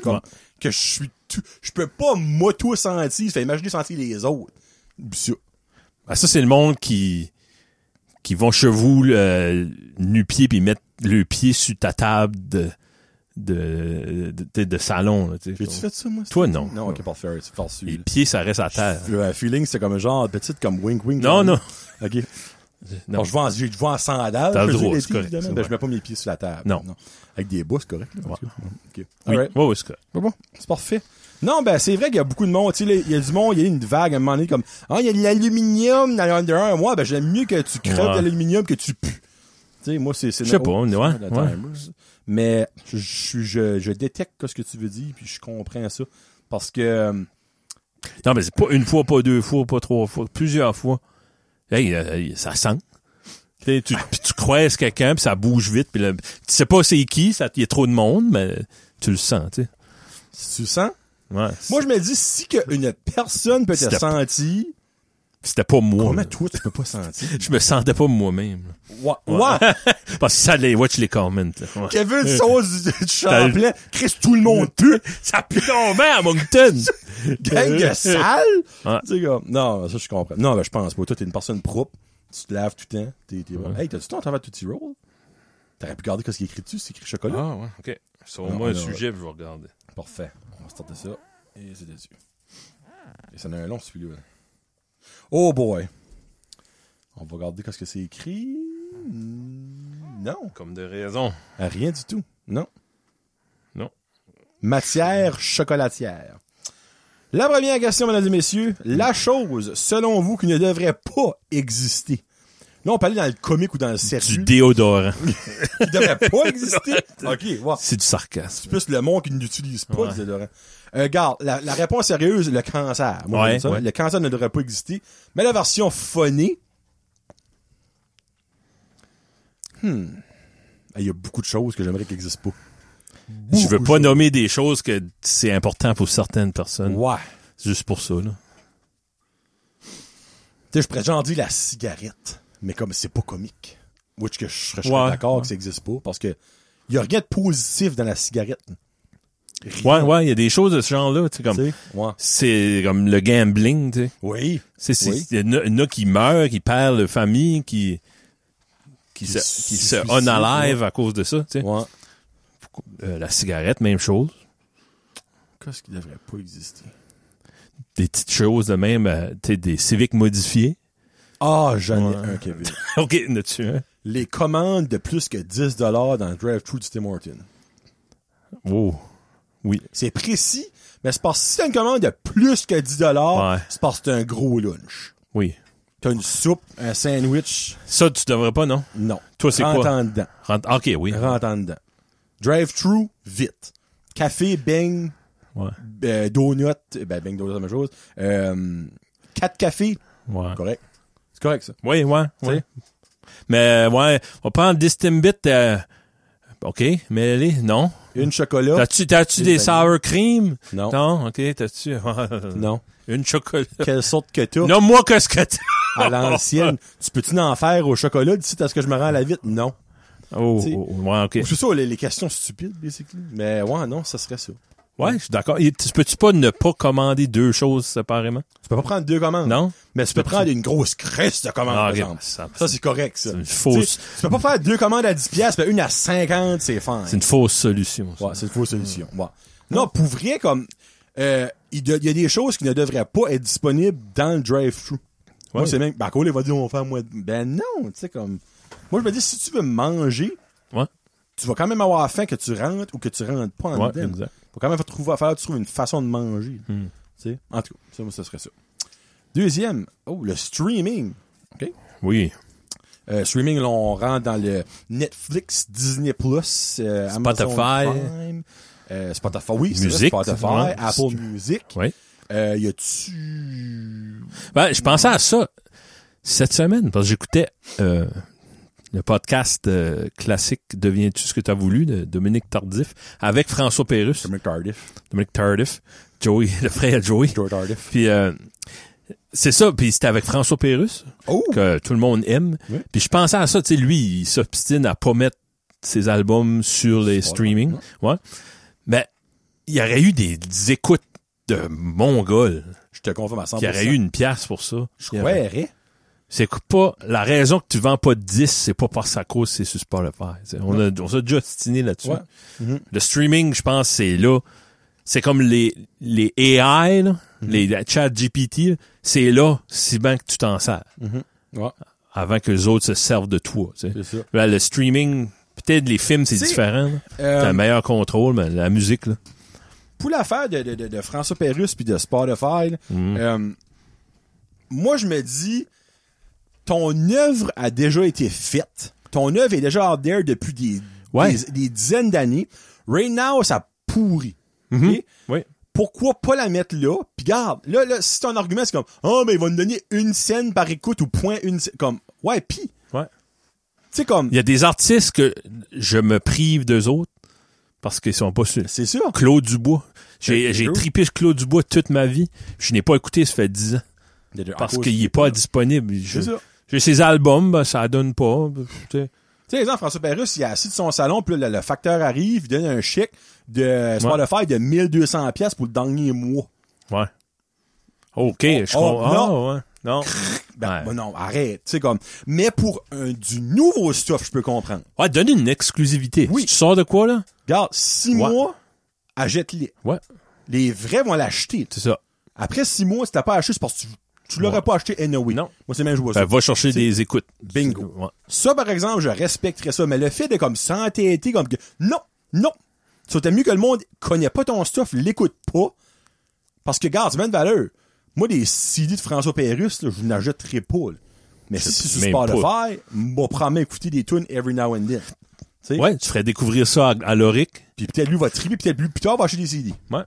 Comme,
Ouais.
que je suis tout, je peux pas m'auto-sentir, fait imaginer sentir les autres. Ça.
Ah, ça, c'est le monde qui qui vont chez vous euh, nu-pieds puis mettre le pied sur ta table de de, de, de- de salon. là, tu sais.
J'ai-tu fait ça, moi?
Oh. Toi, non.
Non, ok, parfait, c'est farci.
Les pieds, ça reste à terre.
Le euh, feeling, c'est comme un genre de petite, comme wink wink.
Non, non.
Ok.
Non.
Alors, je vais en, je vais en sandales.
T'as le
je fais
droit,
des
c'est
petits,
correct,
évidemment.
c'est
Ben,
vrai.
je mets pas mes pieds sur la table.
Non.
Avec des bas, c'est correct, là. Ok.
Oui,
Alright.
ouais, ouais, c'est correct.
Bon, bon, c'est parfait. Non, ben, c'est vrai qu'il y a beaucoup de monde. Tu sais, là, il y a du monde, il y a une vague à un moment donné comme, ah, il y a de l'aluminium dans le Under Armour. Moi, ben, j'aime mieux que tu crèves
Ouais.
de l'aluminium que tu pues. Tu sais, moi, c'est, c'est
Je sais
no-
pas,
oh,
ouais,
c'est
ouais.
no timers. Mais, je, je, suis- je, je détecte ce que tu veux dire, puis je comprends ça. Parce que, euh,
Non, mais c'est pas une fois, pas deux fois, pas trois fois, plusieurs fois. Hey, euh, ça sent. Tu sais,
Ah,
Tu, puis tu croises quelqu'un, puis ça bouge vite, puis là, tu sais pas c'est qui, ça- il y a trop de monde, mais tu le sens, tu sais.
si tu le sens,
Ouais.
moi, je me dis, si que une personne peut te
Step.
sentir,
C'était pas moi.
comment
là.
toi, tu peux pas sentir?
Je me sentais pas moi-même. là.
Ouais. ouais.
Parce que ça, les watch les comments. là. Ouais.
Kevin Sauce du, du Champlain, Chris, tout le monde pue.
Ça pue ton vin à Moncton! Euh.
gang de sale.
Ouais.
Tu sais, comme, non, ça, je comprends. Non, ben, je pense pas. Toi, t'es une personne propre. Tu te laves tout le temps. T'es, t'es... Hey, t'as-tu ton travail de Roll? T'aurais pu garder ce qui est écrit dessus, c'est écrit chocolat.
Ah ouais, ok. Sur
Non,
moi un
non,
sujet, puis je vais regarder.
Parfait. On va starter ça. Et c'est dessus. Et ça en a un long, celui-là. Oh boy. On va regarder ce que c'est écrit. Hmm, Non.
Comme de raison.
Rien du tout. Non.
Non.
Matière chocolatière. La première question, mesdames et messieurs, la chose, selon vous, qui ne devrait pas exister. Là, on parlait dans le comique ou dans le
Du
sérieux.
déodorant.
qui devrait pas exister. OK, wow.
C'est du sarcasme.
C'est plus le monde qui n'utilise pas
Ouais.
du déodorant. Euh, Regarde, la, la réponse sérieuse, le cancer. Moi,
Ouais,
j'aime ça.
ouais.
Le cancer ne devrait pas exister. Mais la version phonée... Hmm. Il y a beaucoup de choses que j'aimerais qu'elles n'existent pas.
Je veux
Beaucoup
pas
de
nommer des choses que c'est important pour certaines
choses.
personnes.
Ouais.
C'est Juste pour ça, là.
Tu sais, je pourrais genre dire la cigarette, mais comme c'est pas comique. Which que je serais je serais
Ouais,
d'accord
ouais.
que ça existe pas, parce que y a rien de positif dans la cigarette.
Ouais, ouais, il y a des choses de ce genre-là, tu
Tu
sais, comme...
sais? Ouais.
C'est comme le gambling, tu sais.
Oui.
C'est, c'est,
Oui.
il y en a- il y en a qui meurent, qui perdent leur famille, qui... Qui,
Qui
se,
se
qui se
suicident,
unalive à cause de ça, tu sais.
Ouais.
Euh, la cigarette, même chose.
Qu'est-ce qui devrait pas exister?
Des petites choses de même, euh, tu sais, des civiques modifiés.
Ah, j'en ai
Ouais.
un, Kevin.
OK, hein. n'as-tu un?
Les commandes de plus que 10$ dans le drive-thru du Tim Hortons.
Wow. Oui.
C'est précis, mais c'est parce que si t'as une commande de plus que 10$,
Ouais.
c'est parce que t'as un gros lunch.
Oui.
T'as une soupe, un sandwich,
Ça, tu devrais pas, non?
non.
Toi, c'est
Rentre
quoi?
en dedans.
Rentre- OK, oui.
Rentre en dedans. Drive-thru, vite. Café, bang,
Ouais.
euh, donut, ben bang, donut, c'est la même chose. Euh, quatre cafés,
Ouais.
correct. C'est correct, ça.
Oui, ouais.
Tu
ouais.
sais?
Mais, euh, ouais, on va prendre des Stimbits. euh, OK, mais allez, non.
Une chocolat.
T'as-tu, t'as-tu
c'est
des
le
sour cream?
Non.
Non, OK, t'as-tu...
Non.
Une chocolat.
Quelle sorte que t'as
Non, moi, qu'est-ce que t'as?
à l'ancienne? tu peux-tu en faire au chocolat d'ici à ce que je me rends à la vite? Non.
Oh,
Tu sais.
oh, oh, ouais, OK.
Ou C'est ça, les, les questions stupides, basically. Mais ouais, non, ça serait ça.
Ouais, je suis d'accord. Et tu- Peux-tu pas ne pas commander deux choses séparément?
Tu peux pas prendre deux commandes.
Non?
Mais tu peux prendre une grosse crisse de commandes,
Ah,
par
ok.
exemple.
Ça-
Ça, c'est correct, ça.
c'est une fausse-
Tu sais, Tu peux pas faire deux commandes à 10 piastres, mais une à 50, c'est fine.
C'est une Hmm. fausse solution. ça.
Ouais, c'est une fausse solution. Ouais. Non, pour vrai, comme, euh, il de- il y a des choses qui ne devraient pas être disponibles dans le drive-thru. Moi,
Ouais.
c'est même, ben, Cole, il va dire, on va faire moins de- Ben, non, tu sais, comme, moi, je me dis, si tu veux manger,
Ouais.
tu vas quand même avoir faim que tu rentres ou que tu rentres pas en
Ouais, Hmm.
dedans.
exact.
Faut quand même faire trouver, faire trouver une façon de manger. là. Tu sais, en tout cas, ça, moi, ça serait ça. Deuxième, oh, le streaming. OK.
Oui.
Euh, streaming, là, on rentre dans le Netflix, Disney+, Plus, euh, Amazon
Spotify.
Prime, euh, Spotify, oui, c'est
Musique,
vrai, Spotify,
ouais.
Apple Music.
Oui.
Euh, y a-tu...
Ben, je pensais à ça cette semaine parce que j'écoutais euh, le podcast euh, classique Deviens-tu ce que tu as voulu de Dominique Tardif avec François Pérus,
Dominic Tardif.
Dominique Tardif, Joey, le frère de Joey.
Joe Tardif.
Puis euh, c'est ça, puis c'était avec François Pérus
Oh!
que tout le monde aime.
Oui.
Puis je pensais à ça, tu sais, lui, il s'obstine à pas mettre ses albums sur les
Sur-
streamings. Ouais. Mais il y aurait eu des, des écoutes de Mongols
Je te confirme à 100%.
qui auraient eu une pièce pour ça.
Je
Il y aurait-
croirais.
C'est que pas la raison que tu vends pas 10, c'est pas par sa cause, c'est sur Spotify. tu sais. On a on s'est déjà ostiné là-dessus.
Ouais. Mhm.
Le streaming, je pense, c'est là. C'est comme les les AI, là,
Mm-hmm.
les chat GPT, c'est là si bien que tu t'en sers
Mm. Ouais,
avant que les autres se servent de toi. tu sais.
c'est ça.
Là, le streaming, peut-être les films, c'est
Tu sais,
différent. là.
euh,
T'as un meilleur contrôle, mais la musique, là.
pour l'affaire de, de, de, de François Pérus puis de Spotify, là,
Mhm.
euh, moi, je me dis, ton œuvre a déjà été faite. Ton œuvre est déjà out there depuis des,
Ouais.
des, des dizaines d'années. Right now, ça pourrit. Ok?
Mhm. Oui.
Pourquoi pas la mettre là? Puis garde, là, là, si ton argument, c'est comme, oh, mais il va nous donner une scène par écoute ou point une scène. Comme, ouais, pis. Tu
Ouais.
sais, comme,
Il y a des artistes que je me prive d'eux autres parce qu'ils sont pas sur
c'est sûr.
Claude Dubois. J'ai
Claude
j'ai
Dubois.
trippé sur Claude Dubois toute ma vie. Je n'ai pas écouté, ça fait 10 ans. Parce qu'il est pas disponible.
C'est
Je-
ça.
J'ai ses albums, ben, ça donne pas. ben, tu sais.
Tu sais, exemple, François Pérus, il est assis de son salon, puis là, le, le facteur arrive, il donne un chèque de Spotify de 1200 pièces pour le dernier mois.
Ouais. OK, je
oh,
comprends.
non.
Ah, ouais. Non.
Ben,
Ouais.
ben non, arrête, tu sais, comme... Mais pour un, du nouveau stuff, je peux comprendre.
Ouais, donne une exclusivité.
Oui.
Si tu sors de quoi, là?
Regarde, six
Ouais.
mois, achète-les.
Ouais,
Les vrais vont l'acheter.
c'est ça.
Après six mois, si t'as pas acheté, c'est parce que tu, tu l'aurais
Ouais.
pas acheté anyway.
Non.
Moi, c'est même joué à ça.
Ben, va chercher des écoutes.
Bingo.
Ouais.
Ça, par exemple, je respecterais ça, mais le fait de comme s'entêter, comme que non, non, ça t'aime mieux que le monde connaît pas ton stuff, l'écoute pas, parce que, garde, c'est même de valeur. Moi, des CD de François Pérus, là, je n'achèterai pas, là. Mais si c'est sur
même
Spotify, m'a promis écouter des tunes every now and then. Tu sais?
Ouais, tu ferais découvrir ça à, à Loric.
Puis peut-être lui va triper, peut-être lui, plus tard, va acheter des CD.
Ouais.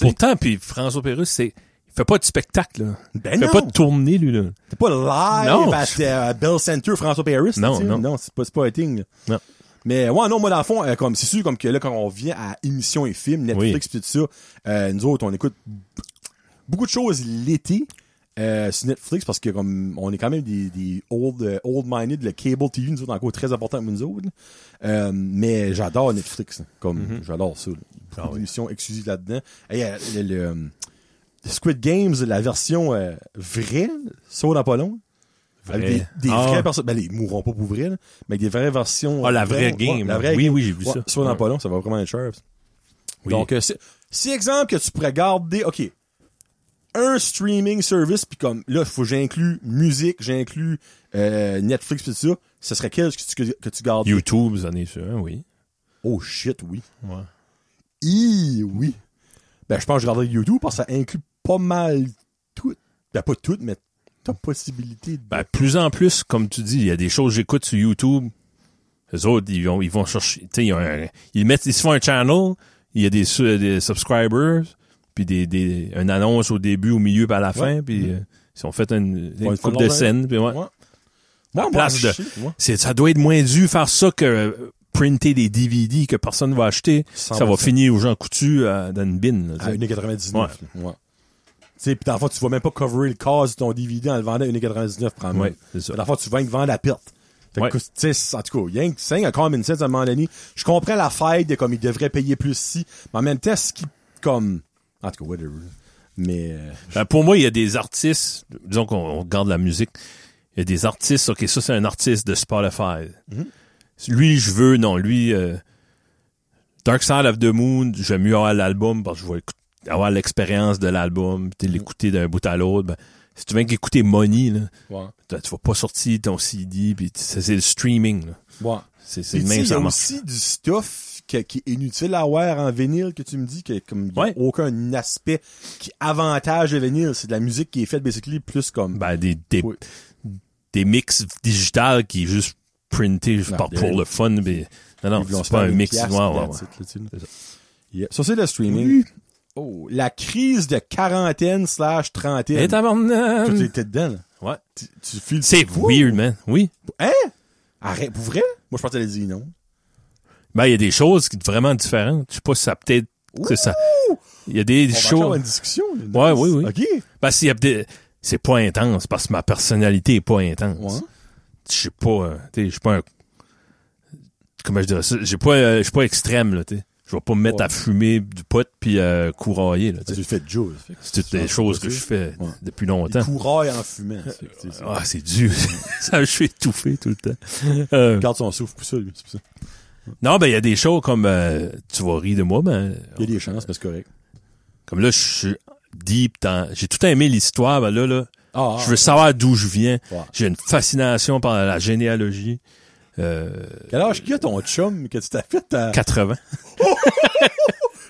Pourtant, puis François Pérus, c'est, il fait pas de spectacle, là.
Ben
Il fait
non.
pas de tournée, lui, là.
T'es pas live
Non.
à, à Bell Center, François Pérus.
Non,
tu sais.
non.
Non, c'est pas, c'est pas un thing. là.
Non.
Mais ouais, non, moi, dans le fond, euh, comme c'est sûr, comme que là, quand on vient à émissions et films, Netflix pis tout ça, euh, nous autres, on écoute b- beaucoup de choses l'été euh, sur Netflix parce que comme on est quand même des, des old, euh, old minded, le cable TV, nous autres, encore très important pour nous autres. là. Euh, mais j'adore Netflix. là. Comme
Mm-hmm.
j'adore ça. là.
Ah
Beaucoup d'émissions exclusives là-dedans. Et, euh, le, le- le Squid Games, la version euh, vraie, ça dans pas long. Avec
Vrai.
des, des
Ah.
vraies personnes. Ben, ils mourront pas pour vrai, là, mais avec des vraies versions.
Ah, la
Ouais, ouais,
vraie game.
la vraie
Oui,
game.
oui, j'ai vu ça.
Soit dans
Ouais.
pas long, ça va vraiment être cher.
Oui.
Donc, euh, si, si exemple que tu pourrais garder, OK, un streaming service, puis comme là, faut que j'inclus musique, j'inclus euh, Netflix, pis tout ça, ce serait quel que tu, que, que tu gardes?
YouTube, ça en est sûr, hein, oui.
Oh shit, oui.
Ouais.
Hi, oui. Ben, je pense que je garderais YouTube parce que ça inclut pas mal tout. Ben, pas tout, mais ta possibilité de.
Ben, plus en plus, comme tu dis, il y a des choses que j'écoute sur YouTube. Les autres, ils vont, ils vont chercher, tu sais, ils, ont un- ils mettent, ils se font un channel, il y a des, su- des subscribers, puis des, des, une annonce au début, au milieu, puis à la fin, puis euh, ils ont fait une, une
ils font
coupe de
leur-
scènes, puis ouais.
Ouais.
en place de-
shit, ouais.
C'est, ça doit être moins dû faire ça que euh, printer des DVD que personne va acheter. Ça va
100%.
finir aux gens coutus euh, dans une bin. là,
À
tu sais.
1,99.
Ouais.
là. Ouais. Tu sais, puis dans le fond, tu vas même pas coverer le cause de ton dividende en le vendant à 1,99 par mois.
Ouais, c'est ça.
Dans le fond, tu vas le vendre à perte. Fait que,
Ouais.
tu sais, en tout cas, il y a un- c'est un common sense à un moment donné. Je comprends la faille de comme il devrait payer plus si, mais en même temps, ce qui, comme, en tout cas, whatever. Mais, euh,
Ben, pour moi, il y a des artistes, disons qu'on on regarde la musique, il y a des artistes, ok, ça c'est un artiste de Spotify.
Mhm.
Lui, je veux, non, lui, euh, Dark Side of the Moon, j'aime mieux avoir l'album parce que je vais écou- avoir l'expérience de l'album, puis l'écouter d'un bout à l'autre. Ben, si tu viens qu'écouter Money, là,
ouais.
t'as- tu vas pas sortir ton CD, puis t- ça, c'est le streaming. là.
Ouais.
C'est
Puis,
c'est le
tu sais,
même
il y a
ça marche.
aussi du stuff que- qui est inutile à avoir en vinyle que tu me dis que comme il y a
Ouais.
aucun aspect qui avantage le vinyle, c'est de la musique qui est faite basically plus comme
Ben, des, des,
Oui.
des mix digitales qui est juste printé juste
Non,
par-
des-
pour le fun. mais- non, non,
Ils vont se
c'est
faire
pas un
une
mix.
pièce,
ouais, ouais,
that's
ouais.
it, là, tu sais.
C'est ça.
Yeah. Ça, c'est le streaming. Oh, la crise de quarantaine slash
Eh,
trentaine.
tabarnak!
Toi, t'es- t'es dedans, là.
Ouais.
Tu, tu files.
C'est
Ouh.
weird, man. Oui.
Hein? Arrête, pour vrai? Moi, je pensais qu'elle a dit non.
Ben, il y a des choses qui- vraiment différentes. Je sais pas si ça a peut-être... c'est ça. Il y a des
ben, On va
choses...
avoir une discussion. là,
Ouais,
nice.
oui, oui.
OK.
Ben, s'il y a peut-être- C'est pas intense, parce que ma personnalité est pas intense.
Ouais.
Je suis pas... euh, tu sais, Je suis pas un... Comment je dirais ça? J'ai pas, euh, Je suis pas extrême, là, tu sais. Je vais pas me mettre
Ouais.
à fumer du pot puis euh, courailler, là, tu sais.
Tu le fais de Jules.
C'est toutes des choses que je fais
Ouais.
depuis
Il
longtemps.
couraille en fumant. fait que, tu sais,
Ah, c'est dur. ça, je suis étouffé tout le temps. Euh,
Il garde son souffle pour ça, lui. c'est pour ça.
non, ben, il y a des shows comme, euh, tu vas rire de moi, ben,
Il y a des chances, mais c'est correct.
comme là, je suis deep dans, j'ai tout aimé l'histoire, ben là, là,
Ah,
je veux savoir d'où je viens.
Ouais.
J'ai une fascination par la généalogie. Euh,
Quel âge qu'il a ton chum que tu t'as fait à...
80.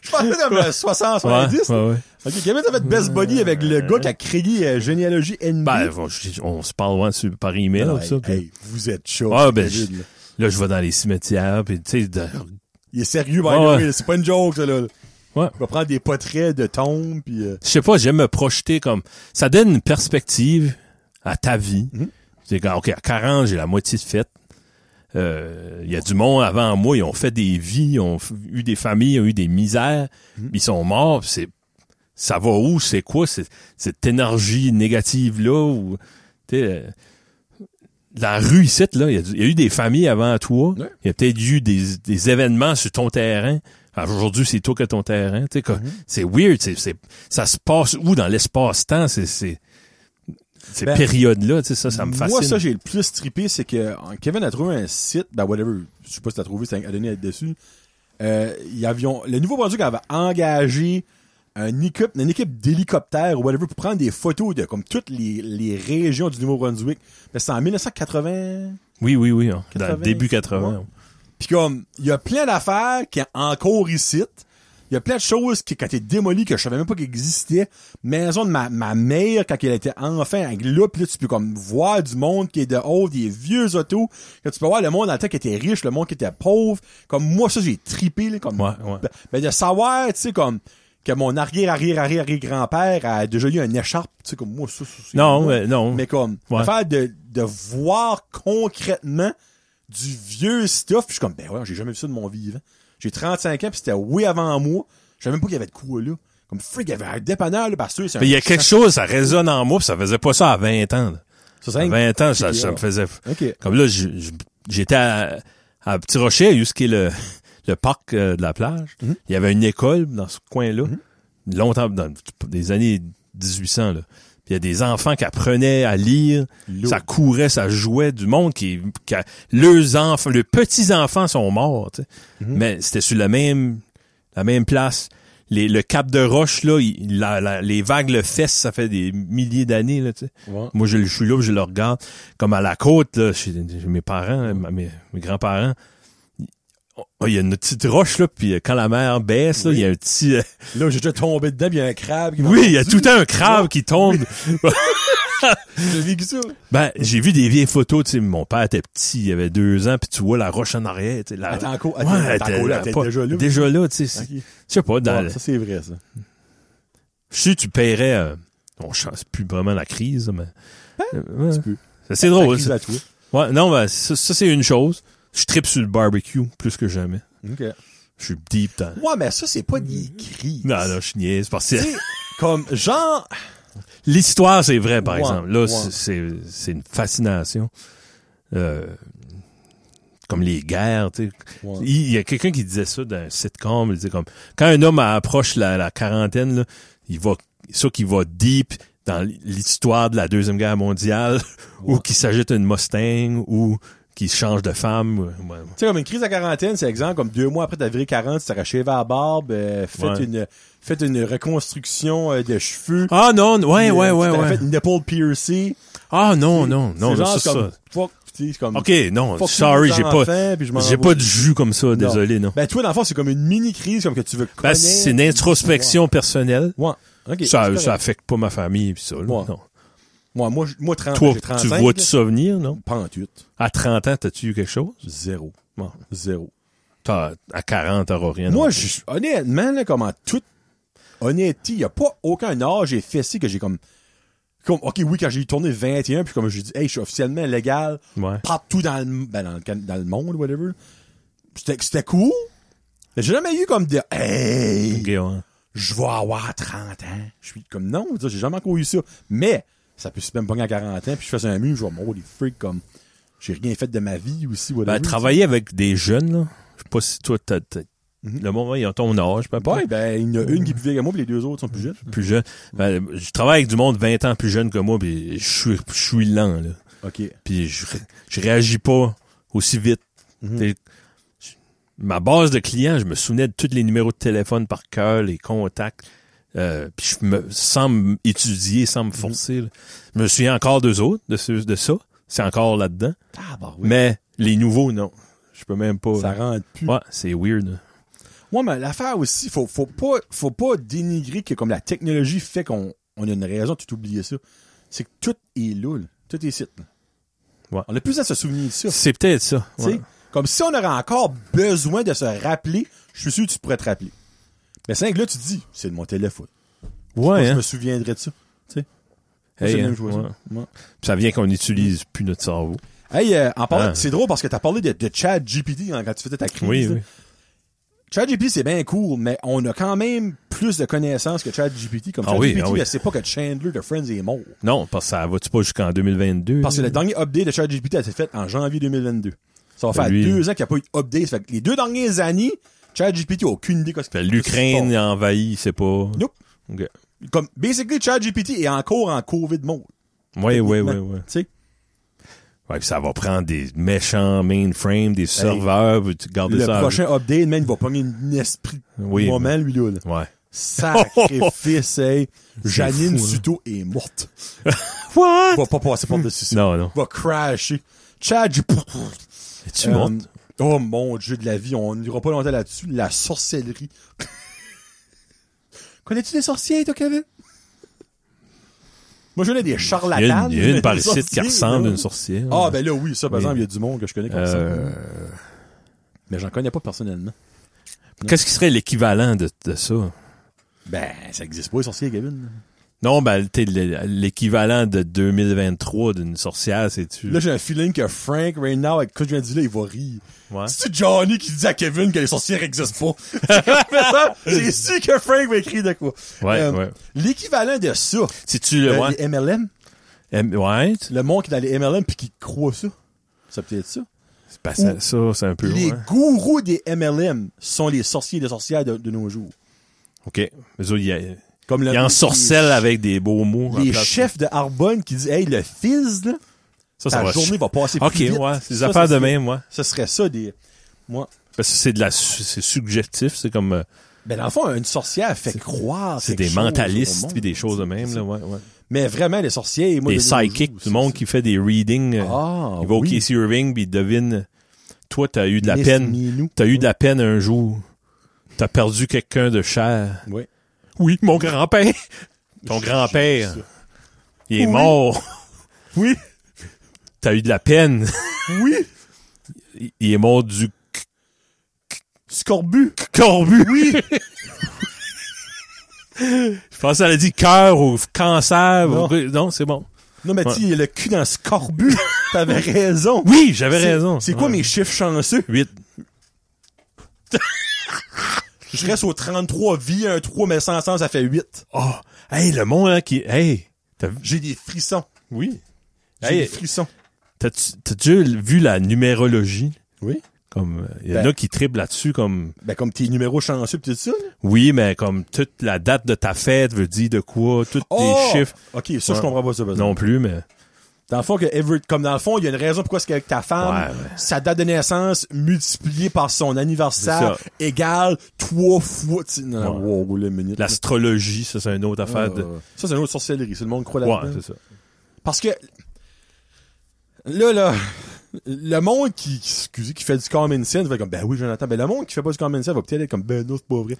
Je pensais comme euh, 60,
Ouais,
70.
ouais, ouais.
Ok, Kevin, t'as fait best buddy avec le gars qui a créé euh, Généalogie NB.
Ben, bon, je- on se parle ouais, sur, par email,
Ouais,
là, tout ça, puis
hey, vous êtes chaud.
Ah, ben,
David,
je-
là.
là, je vais dans les cimetières, puis tu sais, de-
Il est sérieux, by
Ouais,
the way,
ouais.
C'est pas une joke, ça, là.
Ouais.
Il va prendre des potrets de tombes, puis... euh,
je sais pas, j'aime me projeter comme ça donne une perspective à ta vie.
Mhm.
C'est comme, OK, à 40, j'ai la moitié de faite. Euh, Il y a du monde avant moi, ils ont fait des vies, ils ont f- eu des familles, ils ont eu des misères,
Mhm.
ils sont morts, puis c'est ça va où, c'est quoi c'est- cette énergie négative là ou tu sais, euh, la rue ici là, il y a du- il y, a eu des familles avant toi, il
Ouais.
y a peut-être eu des, des événements sur ton terrain. Alors, Aujourd'hui, c'est toi que ton terrain, tu sais, comme-
Mhm.
c'est weird, c'est, c'est- ça se passe où dans l'espace-temps, c'est, c'est, ces
Ben,
périodes-là, tu sais, ça, ça me fascine.
Moi, ça, j'ai le plus trippé, c'est que euh, Kevin a trouvé un site, ben whatever, je sais pas si t'as trouvé, c'est à donné à dessus. Euh, ils avions, le Nouveau-Brunswick avait engagé un équipe, une équipe d'hélicoptères ou whatever pour prendre des photos de comme toutes les, les régions du Nouveau-Brunswick. Ben, c'est en 1980.
oui, oui, oui, hein, dans
80,
le début 80.
Puis comme, il y a plein d'affaires qui est encore ici. Il y a plein de choses qui, quand t'es démoli, que je savais même pas qu'existaient. Maison de ma, ma mère, quand elle était enfant, avec là, pis là, tu peux comme voir du monde qui est de haut, des vieux autos. Que tu peux voir le monde en temps qui était riche, le monde qui était pauvre. Comme moi, ça, j'ai trippé, là, comme.
Ouais, ouais.
Ben, ben, de savoir, tu sais, comme, que mon arrière-arrière-arrière-grand-père a déjà eu un écharpe, tu sais, comme moi, ça, ça, c'est-
Non, mais non.
mais comme,
Ouais.
l'affaire de, de voir concrètement du vieux stuff, puis je suis comme, ben ouais, j'ai jamais vu ça de mon vivant. J'ai 35 ans, puis c'était oui avant moi. Je savais même pas qu'il y avait de quoi, là. Comme, freak, il y avait un dépanneur, là, parce que c'est
Mais il y a
un
quelque chose, ça résonne en moi, puis ça faisait pas ça à 20 ans. là.
Ça,
À
c'est
20 ans, ça, ça me
Ok.
faisait...
Ok.
Comme là, je- je- j'étais à, à Petit Rocher, où ce qui est le, le parc euh, de la plage.
Mhm.
Il y avait une école dans ce coin-là, longtemps, dans les années 1800. Là. Puis Il y a des enfants qui apprenaient à lire,
Lourd.
ça courait, ça jouait du monde qui, qui a- leurs enfants, leurs petits enfants sont morts, tu sais. mais c'était sur la même la même place. Les- le cap de roche là, il- la- la- les vagues le fessent, ça fait des milliers d'années là, tu sais.
Ouais.
Moi, je, le- je suis là, je le regarde. Comme à la côte, là, chez, chez mes parents, ma- mes, mes grands-parents, il oh, il y a une petite roche, là, puis euh, quand la mer baisse, là, il y a un petit... euh,
Là, j'ai déjà tombé dedans, puis il y a un crabe qui m'a
oui, il y a
mordu.
tout un crabe qui tombe.
J'ai vécu ça.
Ben, j'ai vu des vieilles photos, tu sais, mon père était petit, il avait deux ans, puis tu vois la roche en arrière, tu sais, la...
Elle était encore- elle
Ah, Ouais,
était- elle
elle
était encore là,
était
elle était déjà là.
Déjà là, tu sais, c'est-
Ok.
je sais pas, dans...
Ouais,
le-
ça, c'est vrai, ça.
Je sais, tu paierais... euh, on chasse plus vraiment la crise, mais...
Ben,
Euh, ouais.
Tu peux.
C'est drôle,
T'accuses
ça.
à toi.
Ouais, non, ben, ça, ça, c'est une chose. Je tripe sur le barbecue plus que jamais.
OK.
Je suis deep dans.
Ouais, mais ça, c'est pas des cris.
Non, non, je niaise parce que
Tu sais, comme, genre,
l'histoire c'est vrai par
Ouais,
exemple. Là,
ouais.
c'est- c'est c'est une fascination. Euh, comme les guerres, tu sais.
Ouais.
Il il y a quelqu'un qui disait ça dans un sitcom, il disait comme quand un homme approche la, la quarantaine, là, il va ça qui va deep dans l'histoire de la deuxième guerre mondiale, ou qui s'ajoute une Mustang, ou qui change de femme. Ouais, ouais.
Tu sais, comme une crise à quarantaine, c'est exemple, comme deux mois après t'as viré 40, tu t'es rachevé à la barbe, euh, faites,
Ouais.
une, faites une reconstruction euh, de cheveux.
Ah non, ouais,
Euh,
ouais, ouais,
tu t'as
ouais.
fait une nipple piercing.
Ah non, non, non,
c'est
non,
genre
ça, ça.
comme, fuck, tu sais, c'est comme,
Ok, non,
fuck
sorry,
tous
j'ai
les
pas,
enfants, puis je m'en
j'ai
vais.
pas de jus comme ça, désolé, non.
Ben, toi, dans le fond, c'est comme une mini-crise, comme que tu veux
Ben,
connaître.
c'est une introspection personnelle.
Ouais. Ok. c'est
Ça,
correct.
ça affecte pas ma famille pis ça, là,
Ouais.
non.
Moi, moi, j- moi, 30,
Toi,
j'ai
tu
35.
vois de
là.
souvenirs, non?
Pas en tout.
À 30 ans, t'as-tu eu quelque chose?
Zéro.
Bon.
Zéro.
T'as, à 40, t'auras rien.
Moi, je, suis- honnêtement, là, comme en toute honnêteté, il n'y a pas aucun âge et fessé que j'ai comme. Comme, ok, oui, quand j'ai tourné 21, puis comme j'ai dit, hey, je suis officiellement légal
Ouais.
partout dans le, ben, dans le, can- dans le monde, whatever. C'était, c'était cool. Mais j'ai jamais eu comme de, hey,
Ok, ouais.
je vais avoir 30 ans. Je suis comme, non, je veux dire, j'ai jamais encore eu ça. Mais, ça peut même pas à 40 ans, puis je faisais un mur, je vais me les freaks comme, j'ai rien fait de ma vie aussi, whatever.
Ben, travailler avec des jeunes, là. Je sais pas si toi, t'as, t'as-
Mhm.
le moment, ils ont ton âge, peu importe.
Ouais, ben, il y en a une qui est plus vieille que moi, puis les deux autres sont plus jeunes.
Plus jeune. Ben, je travaille avec du monde 20 ans plus jeune que moi, puis je suis, je suis lent, là.
OK.
Puis je, ré- je réagis pas aussi vite.
Mhm.
T'es- je- Ma base de clients, je me souvenais de tous les numéros de téléphone par cœur, les contacts. Euh, puis je me, sans m'étudier, sans me
Mhm.
forcer, là. je me souviens encore d'eux autres, de, ce- de ça. C'est encore là-dedans.
Ah, bah
Mais les nouveaux, non. Je peux même pas.
Ça rentre plus.
Ouais, c'est weird. là.
Ouais, mais l'affaire aussi, faut, faut pas, faut pas dénigrer que comme la technologie fait qu'on, on a une raison, tu t'oublies ça. C'est que tout est là, là. Tout est site,
Ouais.
On a plus à se souvenir de ça.
C'est peut-être ça.
Tu sais,
ouais.
Comme si on aurait encore besoin de se rappeler, je suis sûr que tu pourrais te rappeler. Mais c'est vrai que là, tu te dis, c'est de mon téléphone.
Ouais,
Moi, Je
hein.
me souviendrai de ça. Tu sais. Moi,
Hey,
j'aime bien
hein,
jouer à
ouais.
ça. Ouais.
Puis ça vient qu'on n'utilise plus notre cerveau.
Hey, euh, en parlant,
Ah.
c'est drôle parce que t'as parlé de, de Chad GPT hein, quand tu faisais ta crise.
Oui,
là.
oui.
ChatGPT, c'est bien cool, mais on a quand même plus de connaissances que ChatGPT. Comme
Ah
ChatGPT,
oui, ah oui.
elle sait pas que Chandler de Friends est mort.
Non, parce que ça va-tu pas jusqu'en 2022?
Parce que
là?
le dernier update de ChatGPT a été fait en janvier 2022. Ça va
Ben,
faire
lui-
deux ans qu'il n'y a pas eu d'update. Ça Fait que les deux dernières années, ChatGPT n'a aucune idée quoi ce
Fait
qui-
Ben, L'Ukraine a envahi, c'est pas.
Nope.
Ok.
Comme, basically, ChatGPT est encore en COVID mode.
Ouais, ouais, ouais, ouais.
Tu sais,
Ouais, puis ça va prendre des méchants mainframes, des serveurs, puis tu gardes
le
ça. à-
prochain update, man, il va pogner un esprit
Oui,
moment, lui, là. là.
Ouais.
Sacrifice, hey. Janine
fou, là.
Suto est morte.
What?
Va pas passer par dessus ça.
Non, non.
Va crasher. ChatGPT.
Es-tu
Euh,
morte?
Oh mon dieu de la vie, on n'ira pas longtemps là-dessus. La sorcellerie. Connais-tu des sorciers, toi, Kevin? Moi, je connais des
Il y a
charlatans.
une, il y a une
mais
par
des
ici qui
sorciers,
ressemble
là.
à une sorcière.
Ah, ben là, oui, ça, par
Oui.
exemple, il y a du monde que je connais comme ça.
Euh,
Mais j'en connais pas personnellement.
Qu'est-ce qui serait l'équivalent de, de ça?
Ben, ça existe pas, les sorciers, Kevin.
Non, ben, t'es l'é- l'équivalent de 2023 d'une sorcière, c'est-tu?
Là, j'ai un feeling que Frank, right now, avec ce que je viens de dire, là, il va rire.
Ouais.
C'est Johnny qui dit à Kevin que les sorcières existent pas. Comme ça, c'est sûr que Frank va écrire de quoi.
Ouais,
Euh,
ouais.
L'équivalent de ça,
C'est-tu le,
le-
ouais?
les MLM,
M- ouais?
le monde qui est dans les MLM puis qui croit ça. Ça peut être ça.
C'est pas ça, ça, c'est un peu,
les
ouais.
gourous des MLM sont les sorciers et les sorcières de, de nos jours.
OK. Mais ça, il y a- il
Comme le,
y a en sorcelle avec des beaux mots. en
les, les
place.
chefs de Arbonne qui disent Hey, le fils, là,
Ça, ça
ta
va.
journée va passer
OK,
plus vite.
ouais. C'est des
Ça,
affaires
ça
de
serait-
même, ouais.
Ce serait ça des. Moi.
Parce que c'est de la, su- c'est subjectif, c'est comme, euh,
Ben, dans le fond, une sorcière fait croire.
c'est
quelque
des
chose au
mentalistes
monde.
puis des choses de même, là, ouais, ouais.
Mais vraiment, les sorcières. Moi,
Des
de nos
psychics,
jours,
du monde
c'est-
qui fait des readings, euh,
Ah,
il va au
oui.
Casey Irving puis il devine, toi, t'as eu de la
Miss
peine,
Minou.
t'as eu de la peine un jour. T'as perdu quelqu'un de cher.
Oui.
Oui, mon grand-père. Ton grand-père, il est
Oui.
mort.
Oui.
T'as eu de la peine.
Oui.
Il- Il est mort du
Scorbut.
corbu. Oui. Je pensais qu'elle a dit cœur ou cancer.
Non.
ou- Non, c'est bon.
Non, mais
Ouais.
tu il y a le cul dans Scorbut. T'avais raison.
Oui, j'avais
C'est-
raison.
C'est quoi mes chiffres chanceux?
8?
Je reste au 33, vie un 3, mais sans sens, ça fait 8.
Oh, hey, le monde, là, qui... Hey, t'as vu?
J'ai des frissons.
Oui.
J'ai des
Hey,
frissons.
t'as-tu t'as-tu vu la numérologie?
Oui.
Comme, euh, il y en
Ben-
a qui triplent là-dessus, comme...
Ben, comme tes numéros chanceux pis tout ça, là.
Oui, mais comme toute la date de ta fête veut dire de quoi, tous
Oh!
tes chiffres.
Ok, ça, je
Ouais.
comprends pas ça, par exemple.
Non plus, mais...
Dans le fond, que Everett- comme dans le fond, il y a une raison pourquoi c'est qu'avec ta femme,
Ouais, ouais.
sa date de naissance multipliée par son anniversaire
C'est
égale 3 fois, tu- non, non, wow, la minute. là.
L'astrologie, ça, c'est une autre affaire de...
Euh, Ça, c'est une autre sorcellerie. C'est le monde qui croit
Ouais,
là-dedans.
c'est ça.
Parce que là, là, le monde qui, qui- excusez, qui fait du common sense va être comme ben oui, Jonathan, ben le monde qui fait pas du common sense va peut-être être comme ben non, c'est pas vrai.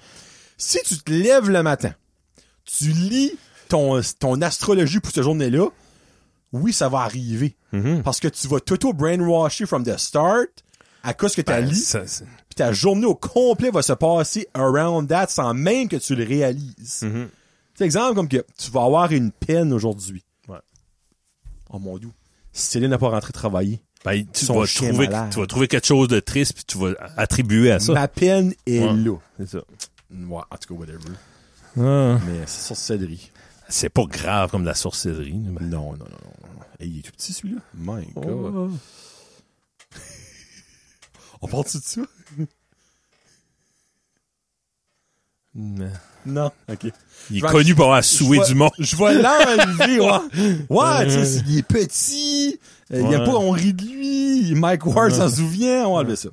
Si tu te lèves le matin, tu lis ton, ton astrologie pour cette journée-là, oui, ça va arriver.
Mhm.
Parce que tu vas tout brainwasher from the start à cause que tu as
Ben,
lu,
ça, c'est-
puis ta journée au complet va se passer around that sans même que tu le réalises.
Mhm.
C'est exemple comme que tu vas avoir une peine aujourd'hui.
Ouais.
Oh mon dieu. Céline n'a pas rentré travailler.
Ben, tu,
Son
vas
chien
trouver,
malade.
tu vas trouver quelque chose de triste puis tu vas attribuer à ça.
Ma peine est
Ouais.
là.
C'est ça.
Ouais, en tout cas, whatever.
Ah.
Mais c'est sorcellerie.
C'est pas grave comme de la sorcellerie. là, ben.
Non, non, non, non. Et il est tout petit, celui-là. My God.
Oh.
On parle-tu de ça?
Mais-
Non. OK.
Il
Ben.
est
Je vais-
connu pour avoir soué
je vais-
du monde.
Je vais l'enlever, ouais. Ouais, tu sais, c'est- il est petit. Euh, Il y a
Ouais.
pas, on rit de lui. Mike Ward s'en souvient. On va enlever ça.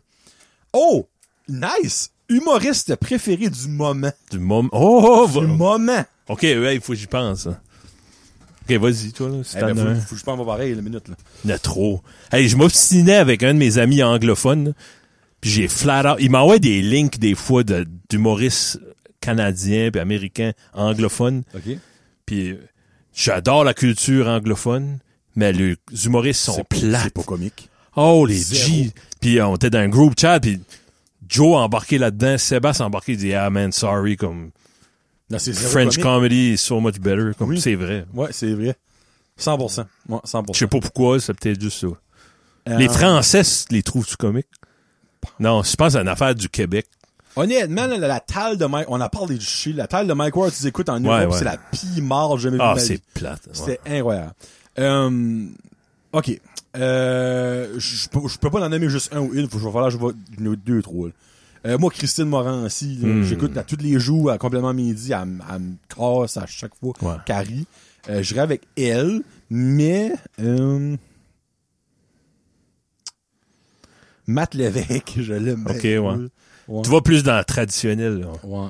Oh! Nice! Humoriste préféré du moment.
Du moment. Oh, oh,
Du
va-
moment.
Ok, ouais, il faut que j'y pense. hein. Ok, vas-y, toi, là. si
Eh
t'en
ben,
as un.
faut, faut que je pense pas pareil, la minute, là.
Il y en a trop. Hey, je m'obstinais avec un de mes amis anglophones. Puis j'ai flat out. Il m'envoie des links des fois de- d'humoristes canadiens puis américains anglophones.
OK.
Puis euh, j'adore la culture anglophone, mais les humoristes sont plats.
C'est pas comique.
Oh, les
Zéro.
G. Puis euh, on était dans un group chat, puis Joe a embarqué là-dedans, Sébastien a embarqué, il dit « Ah, man, sorry, comme
Non, c'est zéro
French
comique.
comedy is so much better. » Comme
Oui.
c'est vrai.
Ouais, c'est vrai. 100%. Ouais, 100%.
Je sais pas pourquoi, c'est peut-être juste ça.
Euh,
Les Français, les trouves-tu comiques? Non, je pense à une affaire du Québec.
Honnêtement, là, la, la taille de Mike, on a parlé du chien, la taille de Mike Ward, tu écoutes en Europe,
Ouais, ouais.
c'est la pire mort jamais vue. de
Ah,
ma vie.
c'est plate. ouais.
C'était incroyable. Euh, ok. Euh, je peux je peux pas en nommer juste un ou une. Faut que je vais falloir que je vais en nommer deux, trois. là. Euh, moi, Christine Morin aussi, là,
Hmm.
j'écoute à tous les jours, à complètement midi, elle, me- elle me casse à chaque fois
Ouais.
qu'elle rit. Euh, J'irai avec elle, mais euh, Matt Lévesque, je l'aime.
Ok,
bien.
ouais.
Ouais.
Tu vas plus dans le traditionnel. là.
Ouais.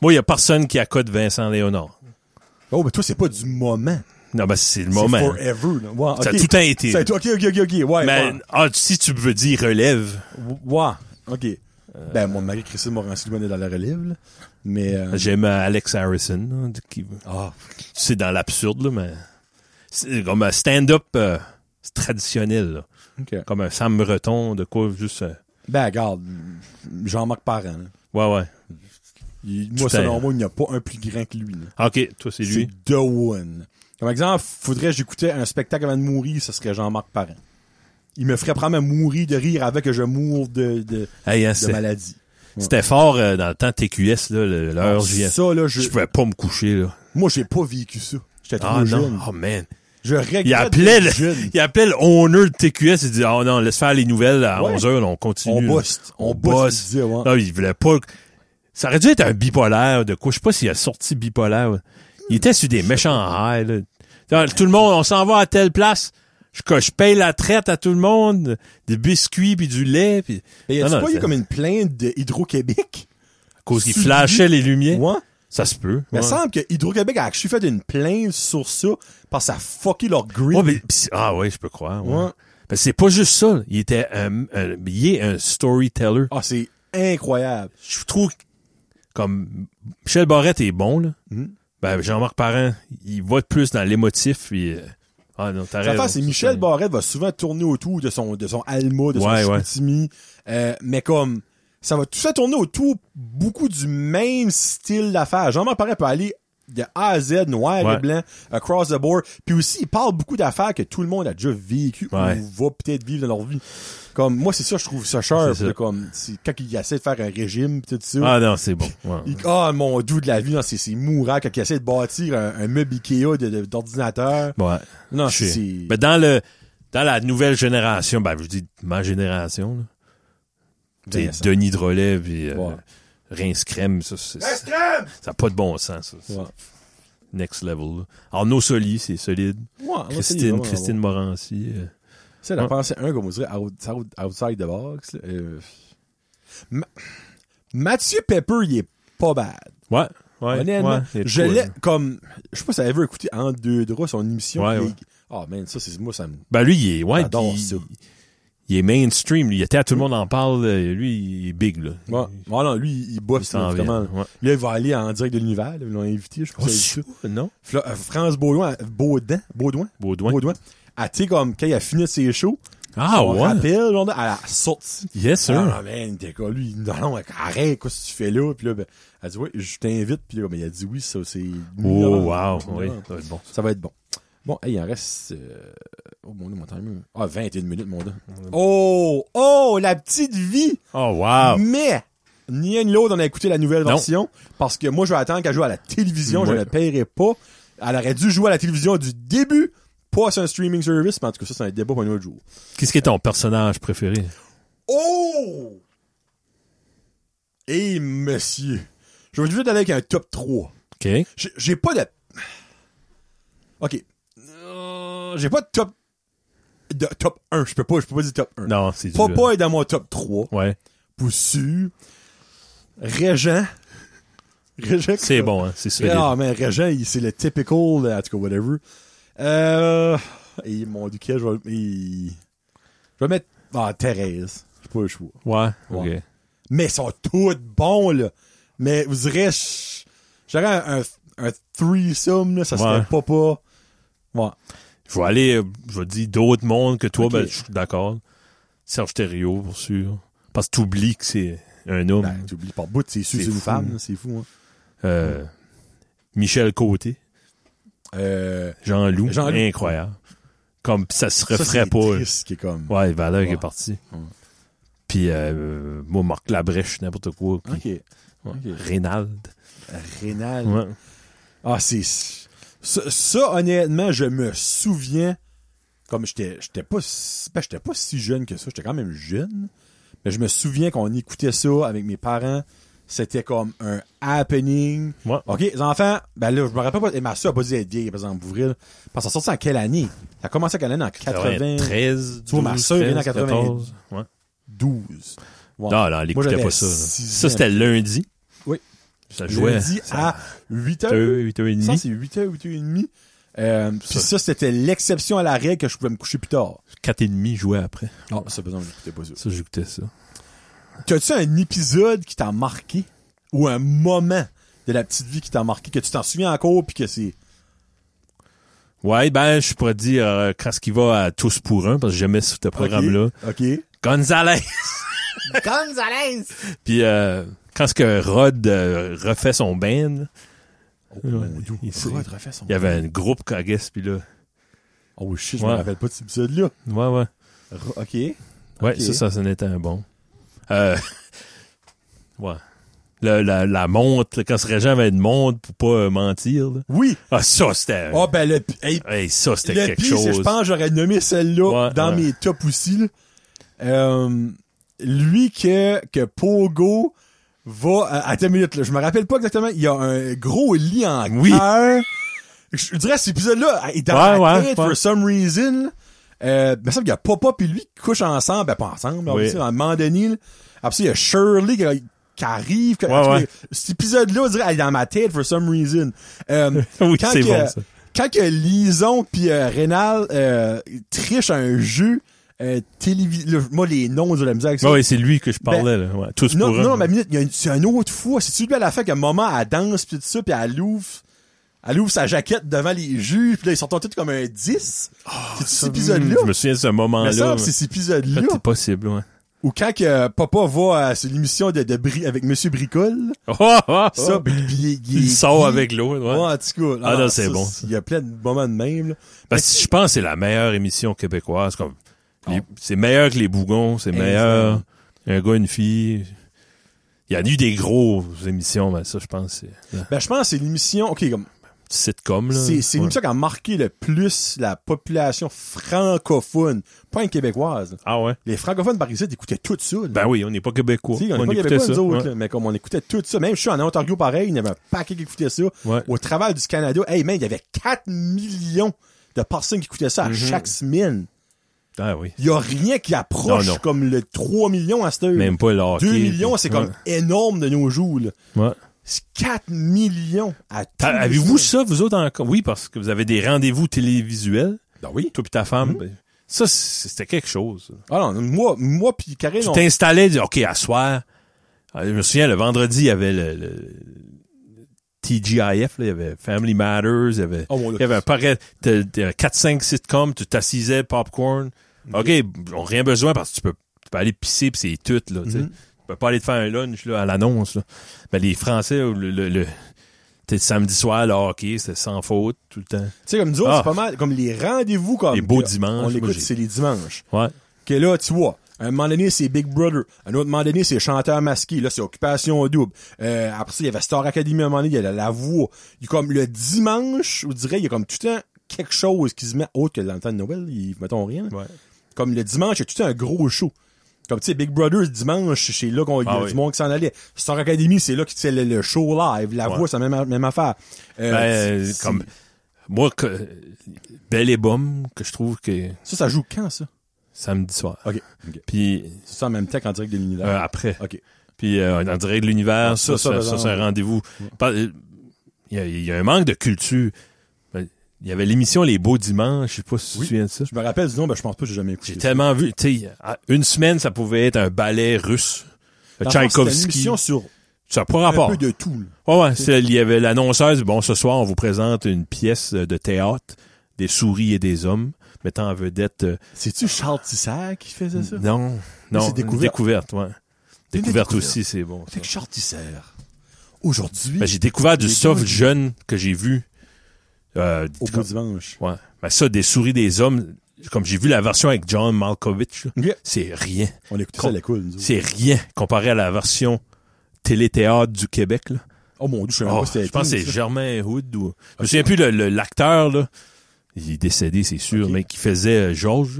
Moi, il y a personne qui accote Vincent Léonard.
Oh, mais toi, c'est pas du moment.
Non, ben c'est le
C'est
moment.
forever. Là. Ouais,
Ça a
ok.
tout le temps été.
Ça a été- Ok, ok, ok, ok. Ouais,
Mais
ouais.
ah, si tu veux dire relève,
Ouais, ok.
Euh,
Ben, mon mari, Christine Morancy, lui, on est dans la relève, là. Mais, euh,
j'aime euh, Alex Harrison. hein, qui-
ah,
C'est dans l'absurde, là, mais c'est comme un stand-up euh, traditionnel. là.
ok.
Comme un Sam Breton, de quoi juste... euh,
Ben, regarde, Jean-Marc Parent, là.
Ouais, ouais.
Il-
Tout
moi,
à
selon
fait.
moi, il n'y a pas un plus grand que lui, là.
Ah, OK, toi, c'est
C'est
lui.
The One. Comme exemple, faudrait que j'écoutais un spectacle avant de mourir, ce serait Jean-Marc Parent. Il me ferait probablement mourir de rire avec que je mourre de, de,
Hey, hein,
de
c'est-
maladie.
C'était fort euh, dans le temps TQS, là, le- l'heure
Ah,
JS.
Ça, là, je,
Je pouvais pas me coucher, là.
moi, j'ai pas vécu ça. J'étais trop
Ah non,
jeune.
oh man.
Je regrette.
Il appelait,
d'être
le,
jeune.
il appelait le owner de TQS, il dit, oh non, laisse faire les nouvelles à
Ouais.
11h, on continue.
On
là.
bosse. On,
On
bosse.
bosse.
il disait, ouais.
Non, Ah il voulait pas. Ça aurait dû être un bipolaire de quoi. Je sais pas s'il a sorti bipolaire. ouais. Il était sur des méchants highs, là. Genre, Tout le monde, on s'en va à telle place. Je, que je paye la traite à tout le monde. Des biscuits puis du lait puis.
Mais y
Non,
a-tu
non,
pas eu
c'est-
comme une plainte de Hydro-Québec?
À cause qu'il
Suivi.
flashait les lumières.
Ouais.
Ça se peut.
Mais
ouais.
il semble que Hydro-Québec a actually fait une plainte sur ça parce que ça a fucké leur grid.
Ouais, mais- pis c'est- ah ouais, je peux croire. Ouais.
Ouais.
Parce que c'est pas juste ça. Il était un, un- il est un storyteller.
Ah, c'est incroyable.
Je trouve que- comme Michel Barrette est bon là.
Mhm.
Ben Jean-Marc Parent, il va plus dans l'émotif puis euh, ah non, t'as raison.
L'affaire, c'est Michel Barrette va souvent tourner autour de son, de son Alma, de
Ouais,
son
ouais.
Chicoutimi. Euh, mais comme, ça va tout ça tourner autour beaucoup du même style d'affaires. Jean-Marc Parent peut aller de A à Z, noir
Ouais.
et blanc, across the board. Puis aussi, il parle beaucoup d'affaires que tout le monde a déjà vécu
Ouais.
ou va peut-être vivre dans leur vie. Comme, moi, c'est ça, je trouve ça cher.
C'est ça.
Comme, c'est quand il essaie de faire un régime, pis tout ça.
Ah non, c'est bon. Ouais.
Hein? Il- Ah, mon doux de la vie, non, c'est, c'est mourant quand il essaie de bâtir un, un meuble Ikea de- de- d'ordinateur.
Ouais.
Non,
Je
c'est...
suis- Mais dans le dans la nouvelle génération, ben je dis ma génération là.
Ben,
t'sais,
ça-
Denis Drolet puis euh,
Ouais.
Rince Crème, ça, c'est- ça n'a pas de bon sens. ça.
Ouais.
Next level. là. Arnaud Soli, c'est solide.
Ouais, on va essayer de voir,
Christine,
on va
Christine
voir.
Morancy. euh,
Tu sais, la
Ouais.
pensée un, comme on dirait, out- out- outside the box. là, euh, Ma- Mathieu Pepper, il est pas bad.
Ouais, ouais.
Honnêtement,
ouais, c'est
je
cool.
l'ai comme... Je sais pas si t'as ever écouté En deux draps, son émission.
Ouais,
puis
ouais.
il- Ah, man, ça, c'est moi, ça me...
Ben lui, il est, ouais,
J'adore
il,
ça.
il est mainstream. lui. Il était à tout le monde en parle. euh, Lui, il est big, là.
Ouais. Ah non, lui, il il bosse,
s'en
là,
vient,
vraiment.
ouais. Oh,
Là, il va aller en direct de l'univers. là, Ils l'ont invité, je crois.
non?
Fla- euh, France Baudouin, Baudin, Baudouin,
Baudouin.
Baudouin, elle, tu sais, comme, quand il a fini ses shows,
Ah,
on
ouais.
rappelle, genre, à la sortie.
Yes, sir.
Ah, man, t'es quoi, lui, non, non, arrête, qu'est-ce que tu fais là? Puis là, ben, elle dit, oui, je t'invite. Puis là, ben, il a dit oui, ça, c'est...
oh, wow. Oui, ça va être bon.
Ça va être bon. Bon, hey, il en reste. euh, Oh mon dieu, mon timer. Ah, 21 minutes, mon dieu. Oh! Oh! La petite vie!
Oh, wow.
Mais! Ni une ni l'autre, on a écouté la nouvelle
Non.
version. Parce que moi, je vais attendre qu'elle joue à la télévision. Je
Ouais.
ne paierai pas. Elle aurait dû jouer à la télévision du début, pas sur un streaming service. Mais en tout cas, ça, c'est un débat pour un autre jour.
Qu'est-ce qui est ton personnage préféré?
Oh! Et monsieur. Je vais juste aller avec un top 3.
OK.
J'ai- J'ai pas de. Ok. Euh, J'ai pas de top. De top 1. Je peux pas, je peux pas dire top 1.
Non, c'est dur.
Papa est dans mon top 3.
Ouais.
Pour sûr. Régent. Régent.
C'est bon, hein. C'est solide.
Ah, mais Régent, il- c'est le typical. En tout cas, whatever. Euh. Et mon dieu, quel, je vais. il- Je vais mettre. Ah, Thérèse. J'ai pas le choix.
Ouais. OK.
Ouais. Mais ils sont tous bons, là. Mais vous direz, je- j'aurais un, un, un threesome, là, ça
Ouais.
serait pas pas. Ouais.
Je vais aller, euh, je vais dire d'autres mondes que toi,
OK.
ben, je suis d'accord. Serge Thériault, pour sûr. Parce que t'oublies que c'est un homme.
Ben, T'oublies par bout, c'est sûr,
C'est
c'est une
fou.
femme, là, c'est fou. Hein.
Euh, Michel Côté,
Euh,
Jean-Loup,
Jean-Loup.
incroyable. Comme ça se
ça,
referait
c'est
pas. là.
triste, qui est comme.
Ouais, Valère qui
Ouais.
est parti.
Ouais.
Puis euh, moi, Marc Labrèche, n'importe quoi. puis-
Ok.
ouais.
ok.
Reynald.
Rénal.
Ouais.
Ah, c'est. Ça, ça, honnêtement, je me souviens. Comme j'étais j'étais pas si- ben, j'étais pas si jeune que ça, j'étais quand même jeune. Mais je me souviens qu'on écoutait ça avec mes parents. C'était comme un happening.
Ouais.
OK, les enfants, ben là, je me rappelle pas. Et ma soeur a pas dit être vieille, par exemple, ouvrir. là. Parce que ça sortit en quelle année? Ça a commencé en quelle année? En 92.
13,
Tu vois, ma sœur est née en
14. Ouais.
Ouais.
Non, non, elle
Moi,
écoutait
j'avais
pas ça. là.
six
Ça,
ans.
c'était lundi.
Oui.
Ça jouait.
Lundi à 8h.
8h, 8h30.
Ça, c'est 8h, 8h30. Euh, Puis
Ça.
ça, c'était l'exception à la règle que je pouvais me coucher plus tard.
4h30 jouait après.
Ah, ça, par exemple, j'écoutais pas ça.
Ça, j'écoutais ça.
T'as-tu un épisode qui t'a marqué ou un moment de la petite vie qui t'a marqué que tu t'en souviens encore puis que c'est
Ouais, ben, je pourrais dire euh, quand ce qui va à tous pour un, parce que j'aimais ce programme-là.
OK.
Gonzalez!
Gonzalez.
Puis euh, quand ce que Rod euh, refait son band,
Oh mon dieu.
Il s'est-
Rod refait son-
il y avait un groupe, I guess, puis là.
Oh shit, je
Ouais.
me rappelle pas de cet épisode là.
Ouais, ouais.
OK.
Ouais,
Ok.
ça, ça, ça n'était un bon. Euh, ouais. Le- la, la montre, là, quand ce régent avait une montre pour pas euh, mentir, là.
Oui.
Ah, ça, c'était.
Ah ben le hey,
Hey, ça, c'était
le
quelque
pire, c'est
chose.
je pense que j'aurais nommé celle-là
Ouais,
dans
ouais.
mes top aussi. là. Euh, lui que que Pogo va à attends une minute là, je me rappelle pas exactement, il y a un gros lit en
Oui.
cœur. Je je dirais cet épisode là est dans
Ouais,
la
ouais,
tête
ouais.
for some reason. là. Euh, ben, ça me semble qu'il y a Papa puis lui qui couchent ensemble, ben pas ensemble,
Oui.
à un moment donné. là. Après ça, il y a Shirley qui, qui arrive. que-
Ouais,
en tout cas,
ouais.
Cet épisode-là, on dirait, elle est dans ma tête for some reason. Euh,
Oui,
quand
c'est
que,
bon, ça.
quand que Lison puis euh, Rénal euh, trichent à un jeu euh, télévisé, là, moi les noms de la musique.
Ouais, ouais, c'est lui que je parlais, là. Ouais, tous
Ben, non,
Bah pour
non,
un.
mais minute, il y a une- c'est une autre fois. C'est celui à la fin qu'à un moment elle danse puis tout ça puis elle ouvre, elle ouvre sa jaquette devant les juges puis là ils sont tous comme un 10. c'est cet épisode-là.
Ah, Hmm, Je me souviens de ce
Mais
moment-là.
ça, c'est
ouais.
cet épisode-là.
Peut-être C'est possible, ouais.
Ou quand que papa va à c'est l'émission de, de Bri- avec Monsieur Bricole,
Oh, oh, oh.
ça, puis il, il-
il sort
il-
avec l'eau.
Ouais,
Ouais.
en tout cas.
Ah, non, c'est
ça,
bon,
Il y a plein de moments de même. là.
Parce que je pense que c'est la meilleure émission québécoise. comme les- C'est meilleur que les Bougons, c'est
Ah. Exactement.
meilleur. Un gars, une fille. Il y a eu des grosses émissions, mais ça, je pense, que c'est un
Ben, je pense que c'est l'émission, ok, comme,
petit sitcom. là.
c'est, c'est
Ouais.
l'émission qui a marqué le plus la population francophone, pas une québécoise.
Ah ouais?
Les francophones par ici écoutaient tout ça, là.
Ben oui, on n'est pas québécois.
Tu sais, on n'est pas
écoutait
québécois,
ça.
nous autres,
ouais.
là, mais comme on écoutait tout ça, même je suis en Ontario pareil, il y avait un paquet qui écoutait ça.
Ouais.
Au travers du Canada, hey, man, il y avait 4 millions de personnes qui écoutaient
Mhm.
ça à chaque semaine.
Ah oui.
Il y a rien qui approche
Non, non.
comme le 3 millions à cette heure.
Même pas le hockey,
2 millions,
puis-
c'est comme énorme de nos jours, là.
Ouais. Ouais.
C'est 4 millions à
T'as-
tous les
Ah, Avez-vous
jours.
ça, vous autres, encore? Oui, parce que vous avez des rendez-vous télévisuels.
Ben oui.
Toi puis ta femme. ben, ça, c'est- c'était quelque chose.
Ah non, moi, moi puis Karine,
Tu
on-
t'installais, dis, OK, à soir. Ah, Je me souviens, le vendredi, il y avait le, le TGIF, là, il y avait Family Matters, il y avait,
Oh, mon Dieu.
il y avait un paquet, t'as- t'as 4-5 sitcoms, tu t'assisais, popcorn.
Mm-hmm.
OK, on a rien besoin parce que tu peux, tu peux aller pisser pis c'est tout,
Mm-hmm.
Ben, là, tu sais. Tu peux pas aller te faire un lunch, là, à l'annonce, là. Mais les Français, le, le- le- T'es le samedi soir, le hockey, c'était sans faute tout le temps.
Tu sais, comme nous autres,
Ah.
c'est pas mal. Comme les rendez-vous, comme.
Les beaux
que
dimanches,
On
moi,
l'écoute,
j'ai-
c'est les dimanches.
Ouais.
Que là, tu vois. Un moment donné, c'est Big Brother. Un autre moment donné, c'est Chanteur Masqué. Là, c'est Occupation Double. Euh, après ça, il y avait Star Academy à un moment donné, il y avait La Voix. Il y a comme le dimanche, on dirait, il y a comme tout le temps quelque chose qui se met autre que dans le temps de Noël. Ils mettons rien. là.
Ouais.
Comme le dimanche, il y a tout le temps un gros show. Comme tu sais, Big Brother, dimanche, c'est là qu'on il y a
Ah
du
oui.
monde qui s'en allait. Star Academy, c'est là que c'est le, le show live. La
Ouais.
voix, c'est la même, même affaire. Euh,
Ben,
c'est-
euh,
c'est-
comme, moi, que, Belle et Bomme, que je trouve que
Ça, ça joue quand, ça?
samedi soir.
OK.
Puis,
C'est ça en même temps qu'en direct de l'univers.
euh, après.
OK. Ah,
Puis, euh, en direct de l'univers, ça,
ça, ça,
ça, ça, c'est un
ouais.
rendez-vous. Par- euh, Il y, a- il y a un manque de culture. Ben, Il y avait l'émission Les Beaux Dimanches, je sais pas si tu
Oui.
te souviens de ça.
Je me rappelle du nom, ben, je pense pas que j'ai jamais écouté.
J'ai tellement vu, tu sais, à- une semaine, ça pouvait être un ballet russe.
Dans le fond, C'est une
Tchaïkovski. Ah
émission sur
Ça n'a pas
un
rapport.
peu de tout. là.
Ouais, ouais, c'est- il y avait l'annonceuse. Bon, ce soir, on vous présente une pièce euh, de théâtre des souris et des hommes, mettant en vedette. euh,
C'est-tu Charles Tissère qui faisait ça?
non, non,
c'est découverte.
ouais.
Mais
Découverte
découverte.
aussi, c'est bon. ça.
Fait que Charles Tissère, aujourd'hui,
Ben, j'ai découvert du
Les
soft
deux-
jeune que j'ai vu. Euh,
au bout
comme-
dimanche.
ouais. Ben, ça, des souris des hommes, comme j'ai vu la version avec John Malkovich, là,
Ok.
c'est rien.
On écoutait ça
Com-
à la cool, nous autres.
C'est rien comparé à la version téléthéâtre du Québec. Là.
Oh mon dieu, je sais même
Oh,
pas si c'était
je pense que
King,
c'est
ça.
Germain Hood ou. Je me souviens plus le- le- l'acteur, là. Il est décédé, c'est sûr,
Ok.
mais qui faisait euh, Georges.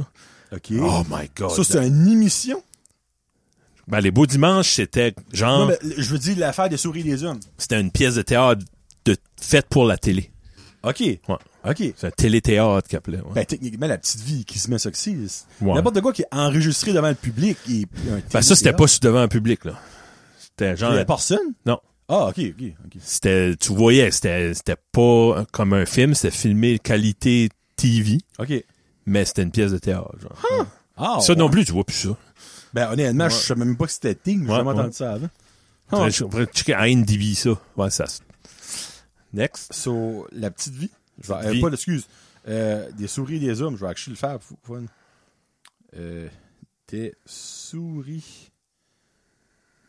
là.
OK.
Oh my God.
ça, c'est une émission?
Ben, les Beaux Dimanches, c'était genre.
Non, mais je veux dire l'affaire des souris des hommes.
C'était une pièce de théâtre de... faite pour la télé.
OK.
Ouais.
OK.
C'est un téléthéâtre qu'il appelait. ouais.
Ben, techniquement, la petite vie qui se met ça que c'est. c'est
Ouais.
N'importe quoi qui est enregistré devant le public. Et, un
Ben, ça, c'était pas sur- devant un public, là. C'était
Il y
genre.
avait personne?
Non.
Ah, OK, OK, OK.
C'était, tu voyais, c'était, c'était pas comme un film, c'était filmé qualité TV,
OK.
mais c'était une pièce de théâtre. genre. Ouais.
Ah,
ça
ouais.
non plus, tu vois plus ça.
Ben, honnêtement, je savais même pas que c'était Ting. J'ai
Ouais,
jamais
ouais.
entendu ça avant. Ah,
Faudrait
ouais.
faudrait checker à NDB, ça. Ouais, ça. se- Next.
So, la petite vie. Je vais-
Petite
euh,
vie.
pas d'excuse. Euh, des souris et des hommes. Je vais actually le faire. fou- Fun. Euh, des souris.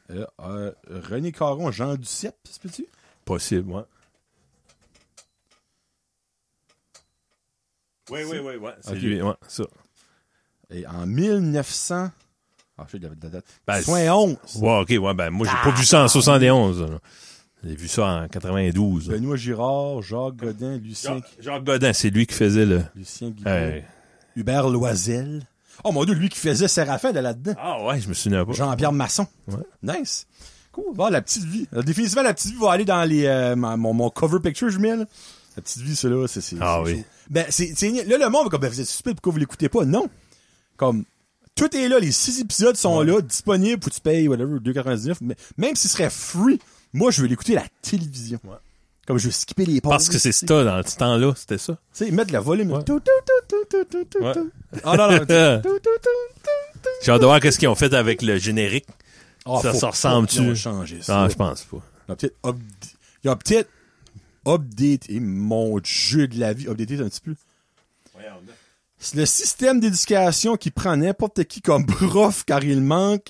Euh, euh, René Caron, Jean Duceppe, c'est peux-tu?
Possible, ouais. Oui, oui, oui, ouais. C'est
Ok.
lui, ouais, ça.
Et en 1900. Ah, je sais de la- de la date.
Ben,
71.
Ouais, ok, ouais, ben, moi, j'ai pas vu ça en 71. là. J'ai vu ça en 92. là.
Benoît Girard, Jacques Godin, Lucien,
Jacques- Jacques Godin, c'est lui qui faisait le.
Lucien Guillaume,
Euh,
Hubert Loisel. Oh mon dieu, lui qui faisait Séraphin elle est là-dedans.
Ah ouais, je me souviens pas.
Jean-Pierre Masson.
Ouais.
Nice. Cool. Bon, la petite vie. Alors, définitivement, la petite vie va aller dans les, euh, ma- mon, mon cover picture, je mets, là. La petite vie, c'est là, c'est, c'est-
Ah
c'est
oui.
chaud. Ben, c'est, c'est, là, le monde, va comme, ben, vous êtes suspect, pourquoi vous l'écoutez pas? Non. Comme, tout est là, les six épisodes sont là, disponibles, où tu payes, whatever, 2,99, mais même s'il serait free, moi, je veux l'écouter à la télévision. Comme, je veux skipper les pauses.
Parce que c'est ça, dans ce temps-là, c'était ça.
Tu sais, mettre le volume.
Ouais.
Tout, tout, tout, tout, tout, tout,
Ouais.
tout. Ah non, non. tu-
J'ai
tout, tout, tout, tout, tout.
hâte de voir qu'est-ce qu'ils ont fait avec le générique.
Ah,
Ça
faut-
se ressemble-tu?
faut changer ça.
Ah, je pense pas.
Il a peut-être up... il a peut-être update et mon dieu de la vie, updaté un petit peu. C'est le système d'éducation qui prend n'importe qui comme prof car il manque,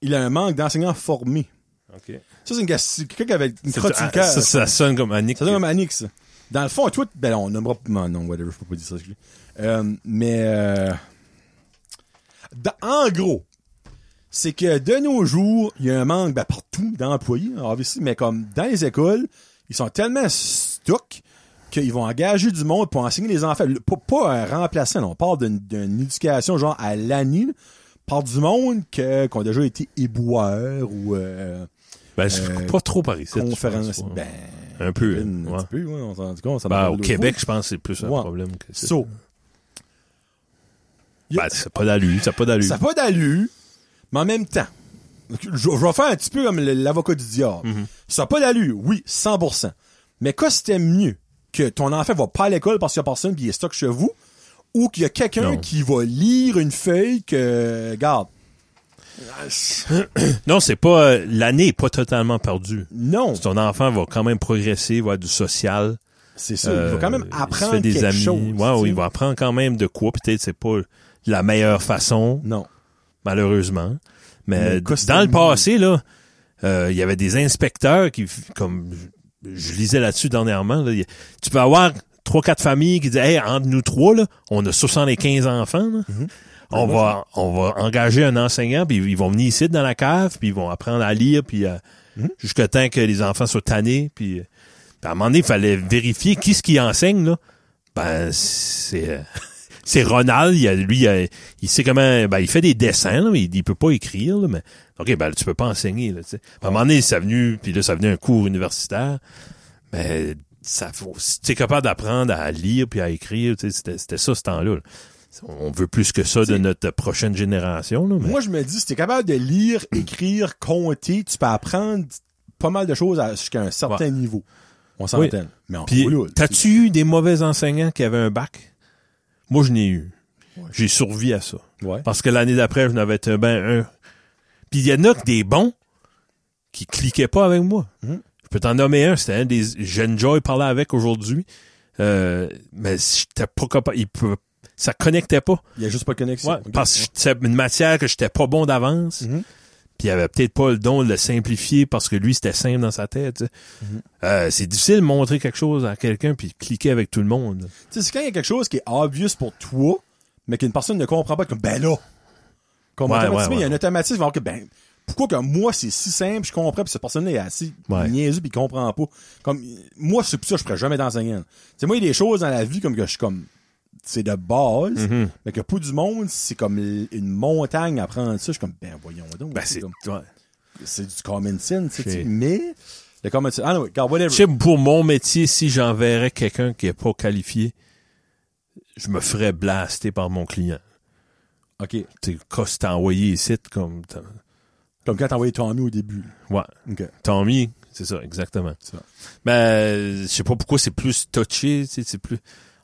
il a un manque d'enseignants formés.
Ok.
Ça, c'est une gas- c'est quelqu'un qui avait une
Ça, ah,
crotte sur le cœur.
ça, ça sonne comme Annick.
Ça donne comme Annick, ça. Dans le fond, toi, t- ben non, on nommera pas, non, whatever, je peux pas dire ça. je l'ai. Euh, mais, euh, dans- en gros, c'est que de nos jours, il y a un manque, ben, partout, d'employés, obviously, mais comme dans les écoles, ils sont tellement stock qu'ils vont engager du monde pour enseigner les enfants. Le- Pas, pas un remplaçant, là, on parle d'une- d'une éducation genre à l'année, là. par du monde que, qu'on a déjà été éboueur ou euh,
Ben, je
Euh,
pas trop par ici. je pense,
conférencier.
ouais.
Ben,
un peu.
une- un
ouais.
petit peu, ouais, on s'en rend compte, ça
Ben,
parle
au
de
Québec, je pense que c'est plus un
Ouais.
problème que c'est.
So,
Ben, c'est pas d'allure, c'est pas d'allure.
ça n'a pas d'allure, mais en même temps, je, je vais faire un petit peu comme le- l'avocat du diable. Ça n'a pas d'allure, oui, 100%. Mais qu'est-ce que c'était mieux que ton enfant va pas à l'école parce qu'il y a personne qui est stock chez vous ou qu'il y a quelqu'un
Non.
qui va lire une feuille que, garde, Ah,
Non, c'est pas, euh, l'année est pas totalement perdue.
non,
Ton enfant va quand même progresser, va avoir du social.
c'est ça. il
Euh,
va quand même
il se
apprendre
fait des
quelque
amis.
chose.
Ouais,
tu
ouais,
sais.
il va apprendre quand même de quoi. Peut-être c'est pas la meilleure façon,
Non.
malheureusement. Mais,
Mais qu'est-ce que
dans le
c'est-
passé, là, euh, il y avait des inspecteurs qui, f- comme, je lisais là-dessus dernièrement, là, y- tu peux avoir trois, quatre familles qui disent, hey, entre nous trois, là, on a 75 enfants, là.
Mhm.
On va, on va engager un enseignant, puis ils vont venir ici dans la cave, puis ils vont apprendre à lire, puis euh, jusqu'à temps que les enfants soient tannés, puis, euh, puis à un moment donné, il fallait vérifier qui ce qui enseigne là. Ben c'est euh, c'est Ronald, il a- lui, il, a- il sait comment, ben, il fait des dessins, là, mais il, il peut pas écrire, là, mais, ok, ben, tu peux pas enseigner, là, tu sais. À un moment donné, ça venu, puis là, ça venu un cours universitaire, mais ça, faut, si t'es capable d'apprendre à lire puis à écrire, tu sais, c'était, c'était ça, ce temps-là, là. On veut plus que ça de notre prochaine génération, là, mais-
Moi, je me dis, si t'es capable de lire, écrire, compter, tu peux apprendre pas mal de choses à- jusqu'à un certain
Ouais.
niveau. On
Oui.
s'entend. Mais on
Ah, Puis,
roule.
t'as-tu eu des mauvais enseignants qui avaient un bac? Moi, je n'ai eu. J'ai survécu à ça.
Ouais.
Parce que l'année d'après, je n'avais été ben un. Puis il y en a que des bons qui cliquaient pas avec moi.
Mhm.
Je peux t'en nommer un, c'était un des j'enjoy parler avec aujourd'hui. Euh, mais j'étais pas capable, il peut, ça connectait pas.
Il y a juste pas de connexion.
Ouais,
Ok.
parce que c'est une matière que j'étais pas bon d'avance.
Mhm.
Puis il avait peut-être pas le don de le simplifier parce que lui c'était simple dans sa tête. tu sais.
Mm-hmm.
Euh, c'est difficile de montrer quelque chose à quelqu'un puis de cliquer avec tout le
Tu
monde.
sais, c'est quand il y a quelque chose qui est obvious pour toi, mais qu'une personne ne comprend pas, comme, ben là. Comme
Ouais,
automatiquement,
ouais,
il y a
ouais.
un automatisme, alors que, ben, pourquoi que moi, c'est si simple, je comprends, puis cette personne-là est assez
Ouais.
niaiseux, puis il comprend pas. Comme, moi, c'est pour ça, que je pourrais jamais d'enseignant. Tu sais, moi, il y a des choses dans la vie, comme que je suis comme, c'est de base,
Mm-hmm.
mais que pour du monde, c'est comme l- une montagne à prendre ça. Je suis comme, ben, voyons donc.
Ben,
c'est
c'est,
comme-
ouais.
c'est du common sense, tu sais,
J'ai-
mais, le common sense, ah non, regarde, whatever.
Tu sais, pour mon métier, si j'enverrais quelqu'un qui est pas qualifié, je me ferais blaster par mon client.
OK.
Tu sais, quand c'est envoyé ici, comme, t'as-
Comme quand t'as envoyé Tommy au début.
ouais,
OK.
Tommy, c'est ça, exactement.
C'est ça.
Mais euh, je sais pas pourquoi c'est plus touché, tu sais, c'est plus,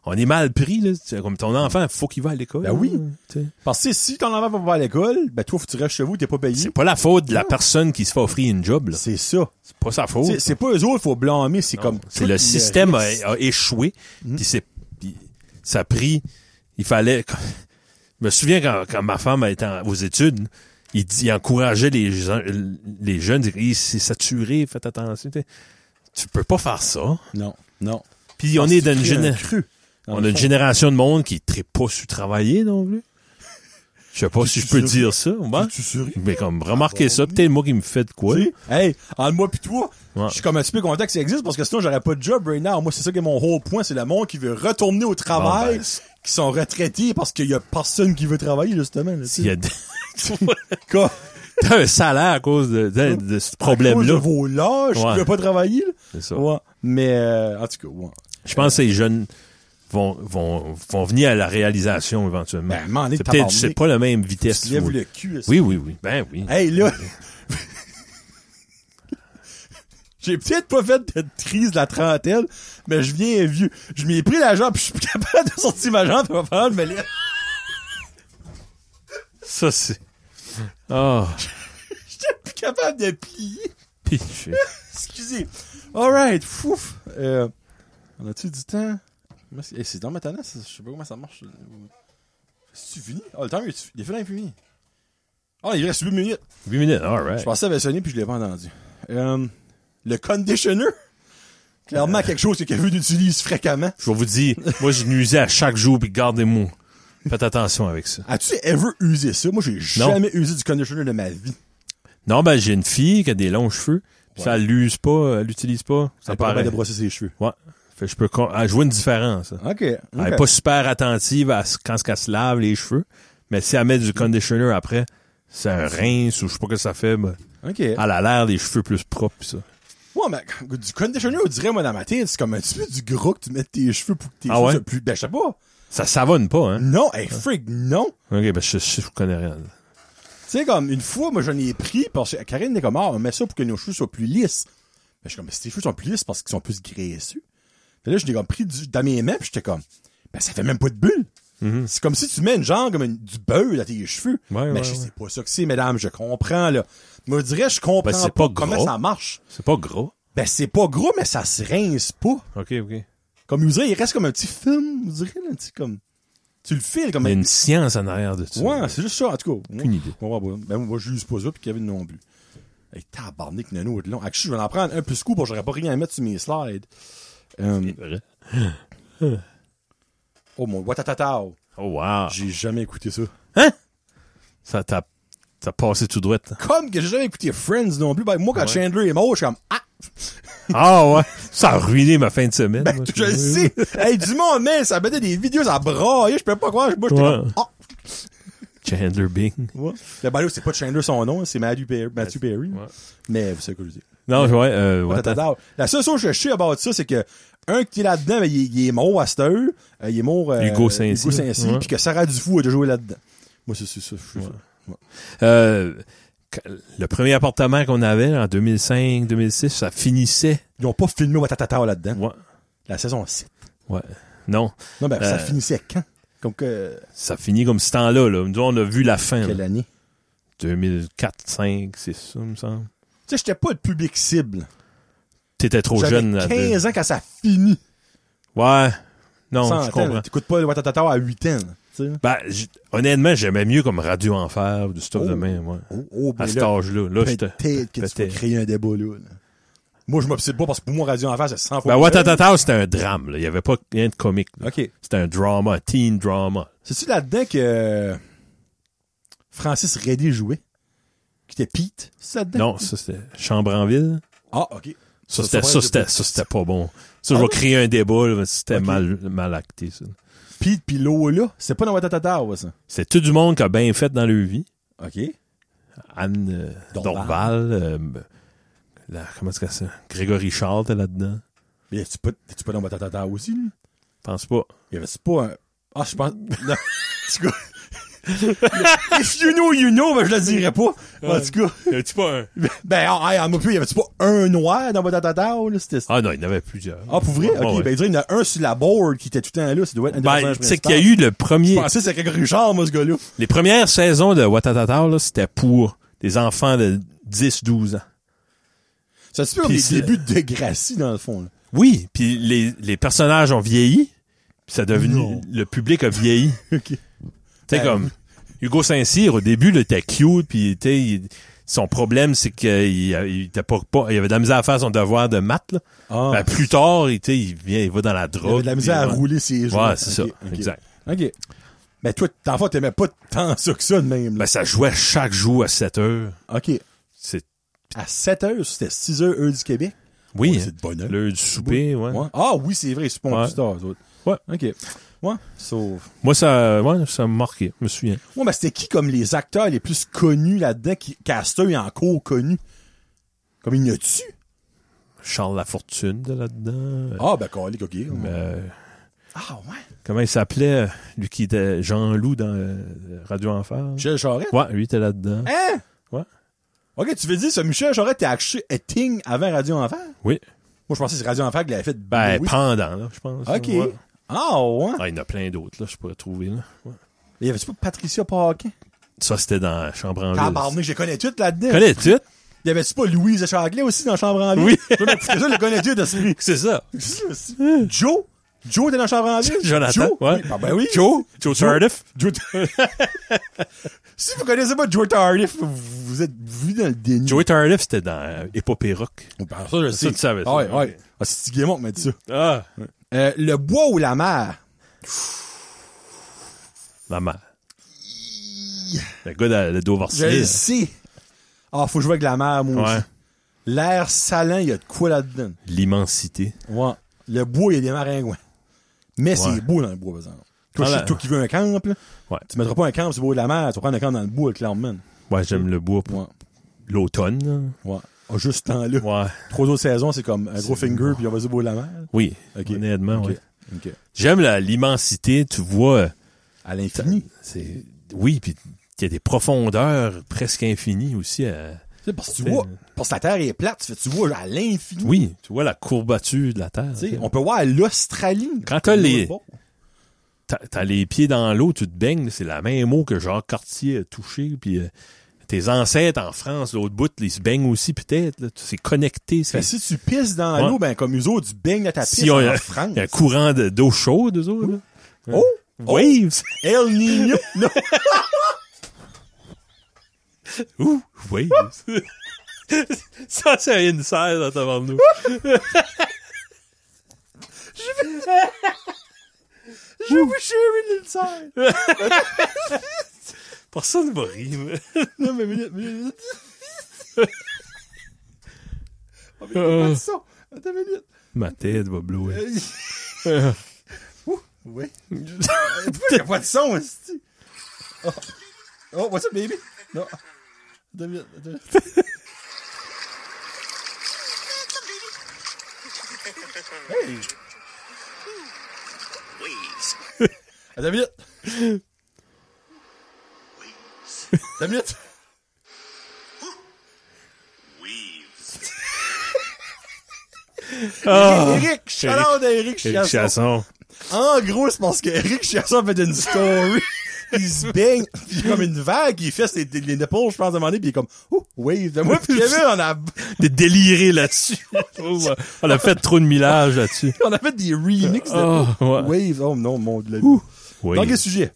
on est mal pris là. C'est Comme ton enfant, faut qu'il va à l'école.
Ben oui.
hein, tu sais.
Parce que si ton enfant va pas à l'école, ben toi, faut que tu restes chez vous, t'es pas payé.
C'est pas la faute de la
Non.
personne qui se fait offrir une job. là.
C'est ça.
C'est pas sa faute.
C'est c'est pas eux autres, faut blâmer, c'est comme.
C'est
tout Mm-hmm.
le système a,
reste.
a échoué. Puis c'est, puis ça a pris. Il fallait. Je me souviens quand, quand ma femme était en- aux études, il, dit- il encourageait les gens, les jeunes, il disait, c'est saturé, faites attention. tu sais. Tu peux pas faire ça.
Non, non.
Puis euh, on
Parce
est
que
dans une
tu crées un
génération.
creux. Dans
On
le
a une
fond.
génération de monde qui ne pas su travailler non plus. Je sais pas si je peux
sûr?
dire ça, moi.
Tu souris.
Mais comme remarquez ça, peut-être moi qui me fait de quoi.
Ah,
ben,
Tu sais, Hey, entre moi pis toi,
Ouais.
je suis comme un petit peu content que ça existe parce que sinon j'aurais pas de job right now. Moi, c'est ça qui est mon whole point, c'est le monde qui veut retourner au travail,
Bon, ben, c'est-
qui sont retraités parce qu'il y a personne qui veut travailler, justement. là, tu sais.
S'il y a de-
Quoi?
T'as un salaire à cause de, de- de
Ah,
ce problème-là.
À cause de vos lâches,
Ouais.
tu veux pas travailler, là.
C'est ça.
Ouais. Mais, euh, en tout cas, ouais.
Je pense que ces jeunes vont, vont, vont venir à la réalisation éventuellement.
Ben, m'en est
c'est peut-être
tabarnak.
c'est pas la même vitesse.
Tu lèves
faut-
le cul. ça.
Oui, oui, oui. Ben oui.
Hey, là. J'ai peut-être pas fait de crise de la trentaine, mais je viens vieux. Je m'y ai pris la jambe, puis je suis plus capable de sortir ma jambe, puis ma me lève.
Ça, c'est... Ah,
J'étais plus capable de plier.
piché.
Excusez. Alright, fouf. Euh, on a-tu du temps? Moi, c'est- hey, C'est dans ma tanasse, ça. je sais pas comment ça marche. C'est-tu fini? Ah, le temps, il est- il est fini, il est fini. Ah, il reste 8 minutes.
8 minutes, all
Je
right.
pensais avait sonné puis je l'ai pas entendu. Euh, le conditioner.
Euh.
Clairement, quelque chose que Kevin utilise fréquemment.
Je vais vous dire, moi, je nuisais à chaque jour, puis gardez-moi. Faites attention avec ça.
As-tu ever usé ça? Moi, j'ai jamais usé du conditioner de ma vie.
Non, ben, j'ai une fille qui a des longs cheveux, puis
Ouais.
ça l'use pas, euh, elle l'utilise pas. Ça
Elle permet
paraît.
de brosser ses cheveux.
Ouais. Fait que je peux con- ah, je vois une différence. là.
OK.
Elle est pas super attentive à ce- quand ce qu'elle se lave les cheveux, mais si elle met du conditioner après, c'est un rince ou je sais pas que ça fait, mais
OK.
elle a l'air des cheveux plus propres pis ça.
Ouais, mais du conditioner, on dirait, moi, dans ma tête, c'est comme un petit peu du gras que tu mets de tes cheveux pour que tes
Ah
cheveux
ouais?
soient plus... Ben, je sais pas.
Ça savonne pas, hein?
Non, hey, freak, non.
Ok, ben je, je, je connais rien. là.
Tu sais, comme, une fois, moi, j'en ai pris parce que Karine était comme, ah, on met ça pour que nos cheveux soient plus lisses. Mais je suis comme, mais si tes cheveux sont plus lisses parce qu'ils sont plus graisseux. Fait là, je l'ai comme pris du, dans mes mains, puis j'étais comme, ben, ça fait même pas de bulle. C'est comme si tu mets une genre, comme une- du beurre à tes cheveux.
Mm-hmm. Ouais,
mais
ouais,
je sais
ouais.
pas ça que c'est, mesdames, je comprends, là. Moi, je dirais, je comprends
Ben, c'est
pas,
pas
comment
gras.
ça marche.
C'est pas gros.
Ben, c'est pas gros, mais ça se rince pas.
Ok, ok.
Comme, vous dirait, il reste comme un petit film, vous dirait, là, un petit, comme, tu le files comme
Il y a
un
une science en arrière de ça.
Ouais, c'est juste ça, en tout cas.
Aucune idée.
Ouais, ouais, ouais. Ben, moi, je l'use pas ça, puis Kevin non plus. Hey, tabarnak, Nono est long. Actually, je vais en prendre un plus coup pour j'aurais pas rien à mettre sur mes slides. Euh, oh mon Watatatao.
Oh, wow.
J'ai jamais écouté ça.
Ça t'a t'as passé tout droit. hein.
Comme que j'ai jamais écouté Friends non plus. Ben, moi, quand
Ouais.
Chandler est mort, je suis comme, ah,
Ah, ouais. Ça a ruiné ma fin de semaine.
ben,
moi,
je le sais. hey, du monde, mais ça mettait des vidéos, ça braillait, je peux pas croire. Moi, j'étais
Ouais.
comme, ah.
Chandler Bing.
Ouais. Ben, ben là, c'est pas Chandler son nom, c'est Matthew Perry. Matthew Perry. Mais vous savez ce que je dis.
Non, ouais, euh, ouais, attends.
Watatatao. La seule chose que je sais about ça, c'est que un qui est là-dedans, ben, il, est- il est mort à cette heure, euh, il est mort euh,
Hugo Saint-Cyr. Ouais.
puis que Sarah Dufour a déjà joué là-dedans. Moi, c'est c'est ça. je sais ça.
Euh, quand- le premier appartement qu'on avait en 2005-2006, ça finissait.
Ils ont pas filmé Watatatao là-dedans.
Ouais.
La saison 7.
Ouais. Non,
Non, ben, ça
Euh,
finissait quand? Comme que,
ça finit comme ce temps-là. Là. Nous, on a vu la fin.
quelle
là.
année?
2004, 5, 6, ça, me semble.
Tu sais, j'étais pas le public cible.
T'étais trop
J'avais
jeune. là,
15 ans quand ça finit.
Ouais. Non,
Sans
je
temps, là.
comprends.
T'écoutes pas le Watatata à 8 ans. là, tu sais.
Ben, j- honnêtement, j'aimais mieux comme Radio Enfer ou du stuff
Oh.
de même, ouais.
Oh, oh,
À
ben
cet
là,
âge-là. Là, j'étais.
peut-être que tu vas
peut-être.
créer un débat là. là. Moi, je m'obstine pas parce que pour moi, Radio Enfer, c'est 100 fois.
Ben,
mieux.
Watatata, c'était un drame, là. Il y avait pas rien de comique, là.
OK.
C'était un drama, un teen drama.
C'est-tu là-dedans que euh, Francis Reddy jouait? Qui était Pete? C'est là-dedans?
Non, ça, c'était Chambre en ville.
Ah, OK. Ça,
Ça,
ça,
c'était, ça,
j'ai
c'était,
pas-
ça, c'était pas bon. Ça,
Ah
je vais
ouais?
créer un débat, là, mais c'était
Ok.
mal, mal acté, ça.
Pete pis Lola, c'est pas dans Watatata, ouais, ça.
C'est tout du monde qui a bien fait dans leur vie.
OK.
Anne euh,
Dorval.
Dorval, euh, la- comment est-ce que ça? Grégory Charles était là-dedans.
Mais tu pas, t'es-tu pas dans Watatata aussi, lui?
Je pense pas.
Il y avait c'est pas un... Ah, je pense... Non. En tout cas... If you know, you know, ben je le dirais pas. En tout cas...
tu pas un?
Ben, ah, hey, en m'a plus, il y avait-tu pas un noir dans Watatata, là? C'était...
Ah non, il y en avait plusieurs.
Ah, pour vrai?
Ouais,
OK,
ouais.
ben, il dirait qu'il y en a un sur la board qui était tout le temps là. Ça doit être un des
Ben,
personnages
tu sais
principaux.
qu'il y a eu le premier,
Je pensais que c'était Grégory Charles, moi, ce gars-là.
les premières saisons de Watatata, là, c'était pour des enfants de 10, 12 ans.
Ça se fait comme les
Puis c'est-
débuts de Gracie, dans le fond. Là.
Oui, puis les, les personnages ont vieilli, puis ça a devenu,
Non.
le public a vieilli.
OK.
Tu sais,
Ben,
comme Hugo Saint-Cyr, au début, là, il était cute, puis il était- il- son problème, c'est qu'il il était pas, pas- il avait de la misère à faire son devoir de maths. là.
Ah.
Ben, plus tard, il, était- il vient, il va dans la
Il
drogue.
avait de la
Ben, puis,
misère à
ouais.
rouler ses joues.
Ouais, c'est
Ok,
ça,
ok.
exact.
OK. Mais toi, t'en fais, t'aimais pas tant ça que ça de même.
Ben,
Là.
ça jouait chaque jour à 7 heures.
OK.
C'est,
À 7 h c'était 6 h heure du Québec.
oui, hein.
Ouais, Oh, c'est de bonne heure.
l'heure du souper, ouais.
Ouais. Ah oui, c'est vrai, c'est pas
Ouais.
un plus tard, eux autres.
Ouais.
OK. Ouais. Sauf.
Moi, ça, ouais, ça m'a marqué, je me souviens.
Ouais, mais c'était qui comme les acteurs les plus connus là-dedans? Qui... Castor est encore connu. Comme il y en a-tu?
Euh, Charles Lafortune, de là-dedans.
Ah, ben, calique, OK.
Euh,
Ah, ouais.
comment il s'appelait, euh, lui qui était Jean-Loup dans euh, Radio Enfer?
Michel Charette?
Ouais, lui était là-dedans. Ben,
Hein?
Ouais.
OK, tu veux dire, ce Michel Charette était acheté Etting avant Radio Enfer?
Oui.
Moi, je pensais que c'est Radio Enfer qui l'avait fait.
Ben,
oui.
pendant, là, je pense.
OK.
Ouais.
Ah, ouais.
Ah, il y en a plein d'autres, là, je pourrais trouver, là. Ouais.
Il y avait-tu pas Patricia Paquin?
Ah, Ça, c'était dans Chambre en ville.
Tabarnak, je les connais toutes là-dedans.
Connais-tu?
Il y avait-tu pas Louise Chaglais aussi dans Chambre en ville?
Oui.
Je me foutais ça, je le connais toutes de ce prix.
C'est ça.
Joe? Joe était dans Chambre en ville?
Jonathan.
Joe?
Ouais.
Oui. Ah, ben oui.
Joe. Joe Tardif.
Joe si vous connaissez pas Joe Tardif, vous- vous êtes vu dans le déni.
Joe Tardif, c'était dans euh, Épopée Rock.
Ben, ça, je
Ça, tu savais ça.
Ah, ouais, ouais. Ah, c'est Guillemot qui m'a dit ça.
Ah.
Euh, le bois ou la mer?
La mère. Le gars de, de
Je le
Doversley.
sais. Ah, faut jouer avec la mer, moi
Ouais.
aussi. L'air salin, il y a de quoi là-dedans.
L'immensité.
Ouais. Le bois, il y a des maringouins. Mais c'est beau dans le bois, par exemple. Toi,
Ah,
je
là-
sais, toi qui veux un camp, là,
Ouais.
tu mettras pas un camp sur le bois de la mer, tu vas prendre un camp dans le bois, clairement.
Ouais, j'aime le bois pour
Ouais.
l'automne.
Ouais. Ah, juste ce temps-là.
là. Ouais.
Trois autres saisons, c'est comme un gros finger, puis on va sur le bois de la mer.
Oui.
Ok.
Honnêtement,
Ok.
ouais.
OK.
J'aime la- l'immensité, tu vois. euh,
À l'infini.
C'est oui, puis il y a des profondeurs presque infinies aussi. à-
Tu sais, parce que tu
C'est-
vois, parce que la Terre est plate, tu, fais, tu vois à l'infini.
Oui, tu vois la courbature de la terre.
Tu sais, on peut voir l'Australie.
Quand t'as les-
Bon.
T'as t'as les pieds dans l'eau, tu te baignes, c'est la même eau que Jacques Cartier a touché, puis euh, tes ancêtres en France, l'autre bout, ils se baignent aussi peut-être. là. C'est connecté.
Fait
C'est
que si tu pisses dans
Ouais.
l'eau, ben comme eux autres, tu baignes à ta pisse
Si on-
en France.
il y a un courant de- d'eau chaude, eux autres. là.
Oh!
Waves!
El Niño! Non.
Ouh, waves! Ça, c'est un inside là, devant nous.
Je vous share inside.
Personne va rire. mais-
Non, mais minute, minute. oh, mais
Euh.
pas de son. Attends une minute.
Ma tête va blouer.
Euh, Ouh, ouais. Pourquoi il n'y a pas de son, esti? Oh. oh, what's up, baby? Non. Attends une minute, attends une minute. Hey!
Waze.
Attends une minute.
Waze.
Attends une minute.
Waves.
Eric, Ah. shout out à Eric
Eric
Chasson.
Chasson.
En gros, c'est parce que Eric Chasson fait une story. il se baigne, pis il y a comme une vague, il fait ses, les épaules, je pense, à un moment donné, pis il est comme, oh, wave de moi, pis Kevin, on a,
De délirer là-dessus. Oh, ouais. On a fait trop de millage là-dessus.
on a fait des remixes de
Oh, ouais.
Wave, oh non, mon dieu.
Oui.
Dans quel sujet?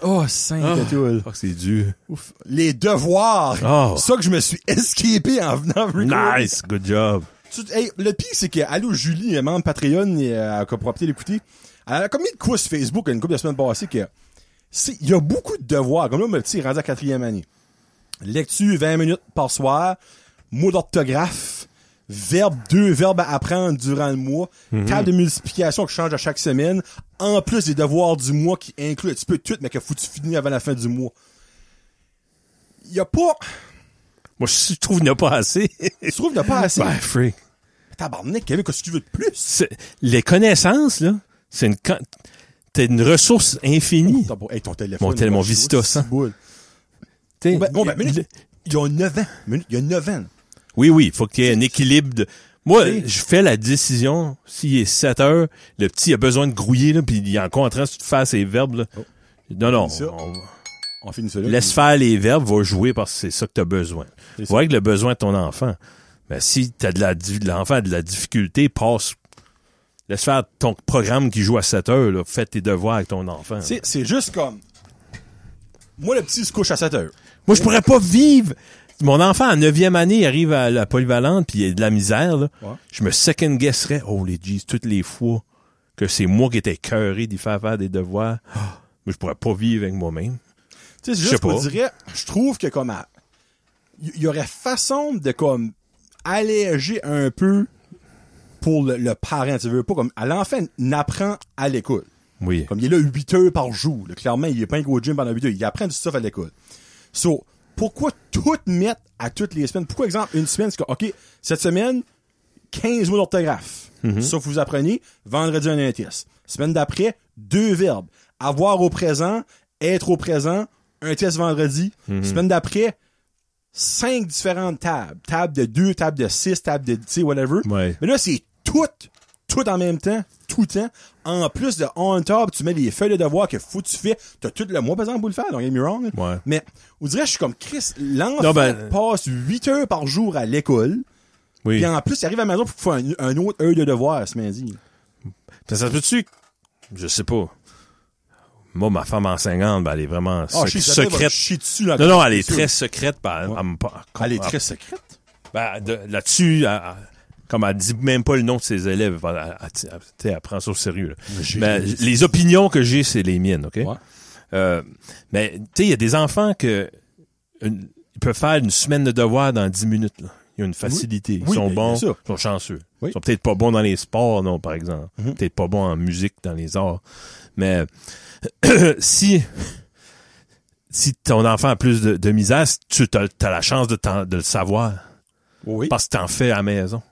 Oh, saint
Ah.
Catoul.
Fuck, c'est dur.
Ouf. Les devoirs.
Oh.
Ça que je me suis escapé en venant recorder.
Nice, good job.
Tu- hey, le pire, c'est que Allô Julie, elle est membre Patreon, et, euh, elle pourra peut-être l'écouter. Elle a commis de quoi sur Facebook une couple de semaines passées que c'est- il y a beaucoup de devoirs. Comme là, mon petit est rendu à quatrième année. Lecture 20 minutes par soir, mots d'orthographe, verbe, deux verbes à apprendre durant le mois, table de multiplication qui change à chaque semaine, en plus des devoirs du mois qui incluent un petit peu de tout, mais que faut que tu finis avant la fin du mois. Il y a pas,
Moi, je trouve qu'il n'y en a pas assez.
je trouve qu'il n'y a pas assez.
Ben, freak.
Tabarnak, Kevin, qu'est-ce que tu veux de plus?
C'est- Les connaissances, là, c'est une, can- t'as une ressource infinie.
T'as beau- hey, ton téléphone.
Mon hein. tél- mon
je vois,
Vista
c'est
100.
boule.
T'sais,
Ben, bon, ben,
le-
minute. Il y a 9 ans. Minute, Il y a 9 ans.
Oui, oui, faut qu'il y ait un équilibre de... Moi,
Oui.
je fais la décision, s'il est 7 heures, le petit a besoin de grouiller, là, puis il est encore en train de se faire ses verbes, là.
Oh.
Non, non,
Ça.
on-
On finit ça là.
laisse faire les verbes, va jouer parce que c'est ça que t'as besoin.
C'est
Faut avec le besoin de ton enfant. Mais si t'as de la, di- de l'enfant a de la difficulté, passe. Laisse faire ton programme qui joue à 7 heures, là. Fais tes devoirs avec ton enfant.
Tu sais, C'est juste comme. Moi, le petit, il se couche à 7 heures.
Moi, je pourrais pas vivre. Mon enfant, en neuvième année, il arrive à la polyvalente, puis il y a de la misère. Là.
Ouais.
Je me second-guesserais, oh les jeez, toutes les fois que c'est moi qui étais cœuré d'y faire faire des devoirs. Ah, mais je pourrais pas vivre avec moi-même.
Tu sais, c'est
Je
juste
sais
qu'on
pas.
dirait, je trouve que comme à- il y- y aurait façon de comme alléger un peu pour le, le parent, tu veux pas comme à l'enfant n'apprend à l'école.
Oui.
Comme il est là 8 heures par jour. là. Clairement, il est pas au gym pendant 8 heures. Il apprend du stuff à l'école. So, pourquoi tout mettre à toutes les semaines? Pourquoi, exemple, une semaine, c'est que, OK, cette semaine, 15 mots d'orthographe. Sauf que vous apprenez, vendredi, un test. Semaine d'après, deux verbes. Avoir au présent, être au présent, un test vendredi. Semaine d'après, cinq différentes tables. Table de deux, table de six, table de, tu sais, whatever.
Ouais.
Mais là, c'est tout, tout en même temps, tout le temps. En plus de on top, tu mets les feuilles de devoir que faut que tu fais. T'as tout le mois, par exemple, pour le faire, donc get me wrong.
Ouais.
Mais, on dirait, je suis comme Chris,
Non,
l'enfant
ben-
passe 8 heures par jour à l'école.
Oui.
Puis en plus, il arrive à la maison pour faire un, un autre heure de devoir, ce midi.
Ça, ça se peut-tu? Je sais pas. Moi, ma femme en 50, ben, elle est vraiment sec-
Ah, je
secrète.
Chier dessus, là.
Non, non, elle est
sûr.
très secrète. ben, elle- elle me par-
Elle est très secrète.
Ben, de- là-dessus, elle- elle- comme elle dit même pas le nom de ses élèves, elle, elle- elle- tu sais, elle prend ça au sérieux. là.
j'ai-
Ben, les opinions que j'ai, c'est les miennes, OK?
Ouais.
Euh, mais tu sais, il y a des enfants que une- ils peuvent faire une semaine de devoirs dans 10 minutes. Là. Ils ont une facilité. Ils
Oui,
sont
bien
bons, ils
sûr.
sont chanceux.
Oui. Mm-hmm.
Ils sont peut-être pas bons dans les sports, non, par exemple. Peut-être pas bons en musique, dans les arts. Mais si si ton enfant a plus de, de misère, tu as, la chance de, t'en- de le savoir.
Oui.
Parce que t'en fais à la maison.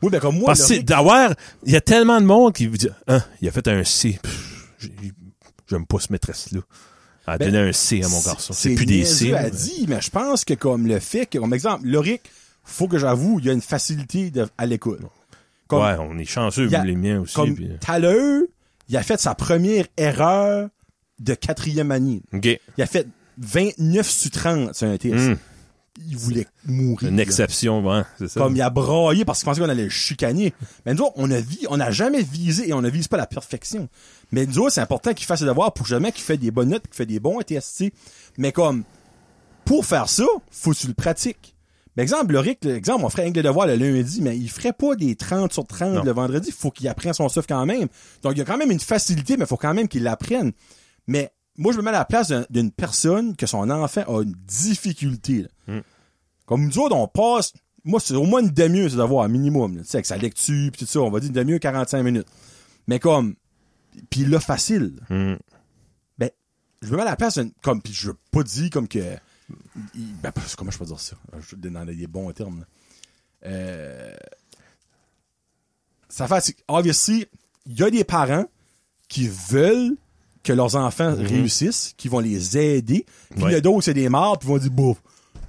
Oui, ben, comme moi,
Parce que c'est
le-
d'avoir, il y a tellement de monde qui vous dit, hein, il a fait un C. Pff, j'ai- J'aime pas ce maîtresse-là. Elle a
Ben,
donné un C à mon garçon. C'est
c'est
plus des C.
niaiseux à
là.
dire, mais je pense que comme le fait que, comme exemple, Loric, faut que j'avoue, il y a une facilité de- à l'école. Comme,
ouais, on est chanceux,
y a-
vous, les miens aussi.
comme
puis- euh,
Thaleux, il a fait sa première erreur de quatrième année.
OK.
Il a fait 29 sur 30 sur un test.
Hmm.
Il voulait mourir.
Une
là.
exception, ouais, c'est ça.
Comme il a braillé parce qu'il pensait qu'on allait le chicaner. Mais nous autres, on a vi- on n'a jamais visé et on ne vise pas la perfection. Mais nous autres, c'est important qu'il fasse ses devoirs pour jamais qu'il fait des bonnes notes, qu'il fait des bons tests. tu sais. Mais comme, pour faire ça, faut que tu le pratiques. Mais exemple, le Rick, exemple, on ferait rien que le devoir le lundi, mais il ferait pas des 30 sur 30
Non.
le vendredi. Faut qu'il apprenne son stuff quand même. Donc, il y a quand même une facilité, mais faut quand même qu'il l'apprenne. Mais moi, je me mets à la place d'un- d'une personne que son enfant a une difficulté. là. Comme nous autres, on passe, moi, c'est au moins une demi-heure, ce devoir, minimum. là. Tu sais, avec sa lecture, pis tout ça, on va dire une demi-heure, 45 minutes. Mais comme, puis il l'a facile.
Mm.
Ben, je me mets à la place d'une- comme puis je veux pas dire comme que il- ben, parce- comment je peux dire ça je vais dans les bons termes là. Euh, ça fait c'est- obviously il y a des parents qui veulent que leurs enfants réussissent qui vont les aider puis
Ouais.
il y a d'autres c'est des morts puis ils vont dire bouf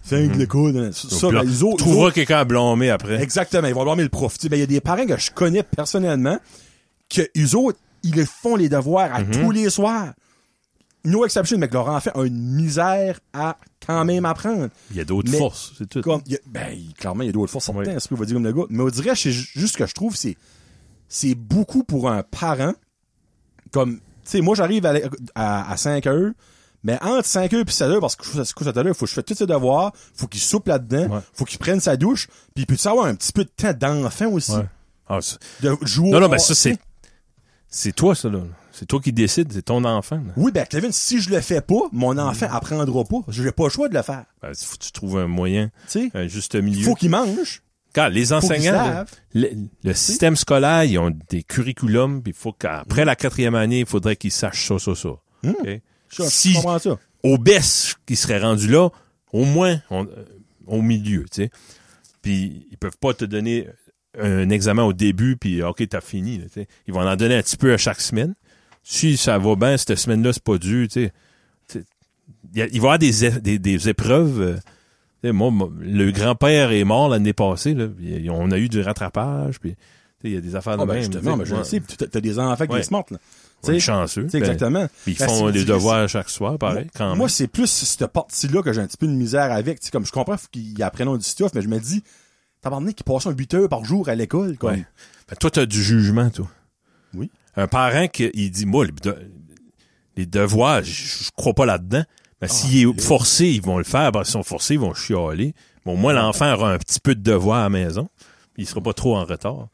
c'est le coup ça, ça, ben, les autres- les autres-
trouvera quelqu'un à blâmer après.
Exactement, ils vont blâmer le prof. Tu sais, ben, il y a des parents que je connais personnellement que eux autres, ils les font les devoirs
Mhm.
à tous les soirs. No exception, mais que leur enfant a une misère à quand même apprendre.
Il y a d'autres
Mais-
forces, c'est tout.
Comme, il y a- ben, il- clairement, il y a d'autres forces
Oui.
certaines, c'est ce qu'on va dire comme le gars. Mais on dirait, c'est ju- juste ce que je trouve, c'est, c'est beaucoup pour un parent. Comme, tu sais, moi, j'arrive à, l'- à, à 5 heures, mais entre 5 heures et 7 heures, parce que je couche- je couche à 7 heures, faut que je fasse tous ses devoirs, faut qu'il soupe là-dedans,
Ouais.
faut qu'il prenne sa douche, puis il peut avoir un petit peu de temps d'enfant aussi.
Ouais. Ah, c'est-
De jouer
non,
au-
non, mais ça, c'est, c'est toi, ça, là. C'est toi qui décides, c'est ton enfant. là.
Oui, ben, Kevin, si je le fais pas, mon enfant
Mm.
apprendra pas. Je n'ai pas le choix de le faire.
Ben, faut que tu trouves un moyen,
Tu sais,
un juste milieu.
faut qu'il mange.
Quand les
qu'ils
enseignants, là,
savent.
le, le système scolaire, ils ont des curriculums, puis il faut
Mm.
qu'après la quatrième année, il faudrait qu'ils sachent ça, ça, ça. OK?
Je, je
Si-
comprends Mm. ça.
Au best, qu'ils seraient rendus là, au moins on- euh, au milieu, tu sais. Puis ils peuvent pas te donner un examen au début, puis ah, OK, t'as fini. là, tu sais. ils vont en donner un petit peu à chaque semaine. Si ça va bien, cette semaine-là, c'est pas dû, tu sais. Tu sais, Il y a- il va y avoir des, é- des, des épreuves. euh, tu sais, moi, moi, le grand-père est mort l'année passée. Là, puis on a eu du rattrapage. Puis, tu sais, il y a des affaires de
Ah, ben,
même.
je te-
tu sais.
non, mais je le
Ouais.
sais, puis t'as- t'as des enfants qui
Ouais.
les smartent, là.
On est
Tu sais,
chanceux.
tu sais,
Ben,
exactement.
puis ils
Ben,
font
c'est-
les
c'est-
devoirs chaque soir, pareil. quand
Moi,
même.
c'est plus cette partie-là que j'ai un petit peu de misère avec. Tu sais, comme je comprends, faut qu'ils apprennent du stuff, mais je me dis, t'as parlé qu'ils passent un 8 heures par jour à l'école, comme.
Ouais. Ben, toi, t'as du jugement, toi.
Oui.
Un parent qui il dit, moi, les, de- les devoirs, je- je crois pas là-dedans. Mais
Ah,
s'il est forcé, ils vont le faire. Ben, s'ils sont forcés, ils vont chialer. Bon, moi, l'enfant aura un petit peu de devoir à la maison. Il sera pas trop en retard.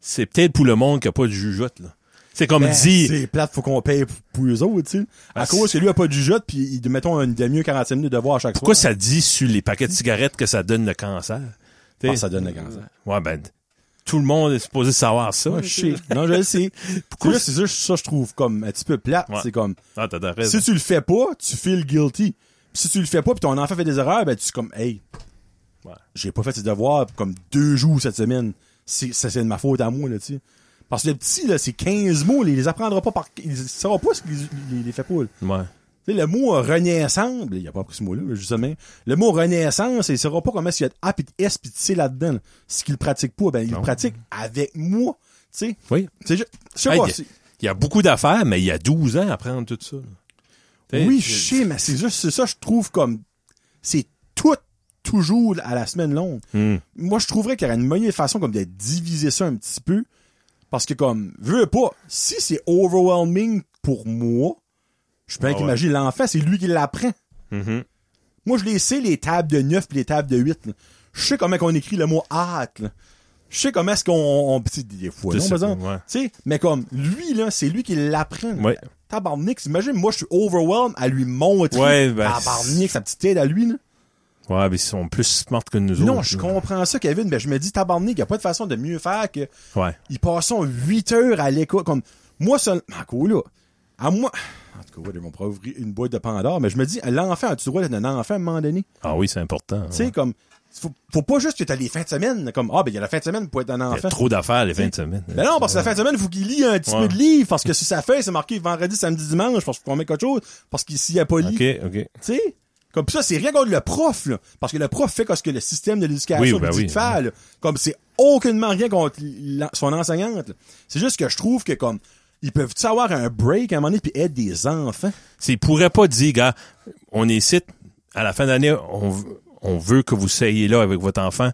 C'est peut-être pour le monde qui a pas de jugeote, là. C'est comme
Ben,
dit,
C'est plate, faut qu'on paye pour, pour eux autres, tu sais. À
Ah,
cause que
c'est-
lui a pas du jeu, puis il- mettons une demi-heure, 45 minutes de voir à chaque
pourquoi
soir.
ça dit sur les paquets de cigarettes que ça donne le cancer? T'sais,
Ah, ça donne le cancer.
Ouais, ben, tout le monde est supposé savoir ça.
Ouais, je sais. Non, je le sais. Pourquoi c'est ça, ça, je trouve comme un petit peu plate.
Ouais.
C'est comme,
Ah, t'as t'as raison.
si tu le fais pas, tu feels guilty. Puis si tu le fais pas, puis ton enfant fait des erreurs, ben tu es comme, hey,
Ouais.
j'ai pas fait ses devoirs comme deux jours cette semaine. C'est, ça, c'est de ma faute à moi, là, tu sais. Parce que le petit, là, c'est 15 mots, là, il les apprendra pas par, il saura pas ce qu'il les, les fait pas, là.
Ouais.
Tu sais, le mot euh, renaissance, il a pas appris ce mot-là, là, justement. Le mot renaissance, il saura pas comment s'il y a de A pis de S pis de C là-dedans. là. Ce qu'il pratique pas, ben, il le pratique avec moi, tu sais.
Oui.
C'est ju- je sais
Hey,
pas,
y a-
c'est-
Il y a beaucoup d'affaires, mais il y a 12 ans à prendre tout ça. là. T'sais,
Oui,
c'est-
je sais, mais c'est juste c'est ça, je trouve comme c'est tout toujours à la semaine longue.
Hmm.
Moi, je trouverais qu'il y aurait une meilleure façon comme de diviser ça un petit peu. Parce que comme, veux pas, si c'est overwhelming pour moi, je peux
Ah
bien
ouais.
qu'imaginer l'enfant, c'est lui qui l'apprend.
Mhm.
Moi, je les sais, les tables de 9 puis les tables de 8. là. Je sais comment qu'on écrit le mot hâte. là. Je sais comment est-ce qu'on... On, pis c'est des fois,
Je
non,
sais
par
pas,
exemple.
ouais.
Tu sais, mais comme, lui, là, c'est lui qui l'apprend.
Ouais.
Tabarnak, imagine, moi, je suis overwhelmed à lui montrer.
Ouais, ben,
Tabarnak, sa petite aide à lui, là.
Ouais, mais ils sont plus smart que nous autres.
Non, je
là.
comprends ça, Kevin, mais je me dis, tabarnak, il a pas de façon de mieux faire que...
Ouais.
Ils passons 8 heures à l'école. Comme, moi, seul, encore là, à moi, en tout cas, ouais, on pourrait ouvrir une boîte de Pandore, mais je me dis, l'enfant, tu dois être un enfant à un moment donné.
Ah oui, c'est important.
Tu sais,
ouais.
comme, faut, faut pas juste que t'as les fins de semaine, comme, ah, ben, il y a la fin de semaine pour être un
Il y
enfant.
a trop d'affaires les 20 semaines.
Ben non, parce que la fin de semaine, faut qu'il lit un petit
Ouais.
peu de livre, parce que si ça fait, c'est marqué vendredi, samedi, dimanche, parce qu'on met quelque chose, parce qu'il s'y a pas lu.
OK, OK.
Tu sais? Comme pis ça, c'est rien contre le prof, là. Parce que le prof fait ce que le système de l'éducation
Oui,
lui
ben
dit
oui,
de faire, là. Comme c'est aucunement rien contre l'en- son enseignante, là. C'est juste que je trouve que, comme, ils peuvent-tu avoir un break à un moment donné puis être des enfants?
S'ils pourraient pas dire, gars, on est ici, à la fin d'année, on, v- on veut que vous soyez là avec votre enfant,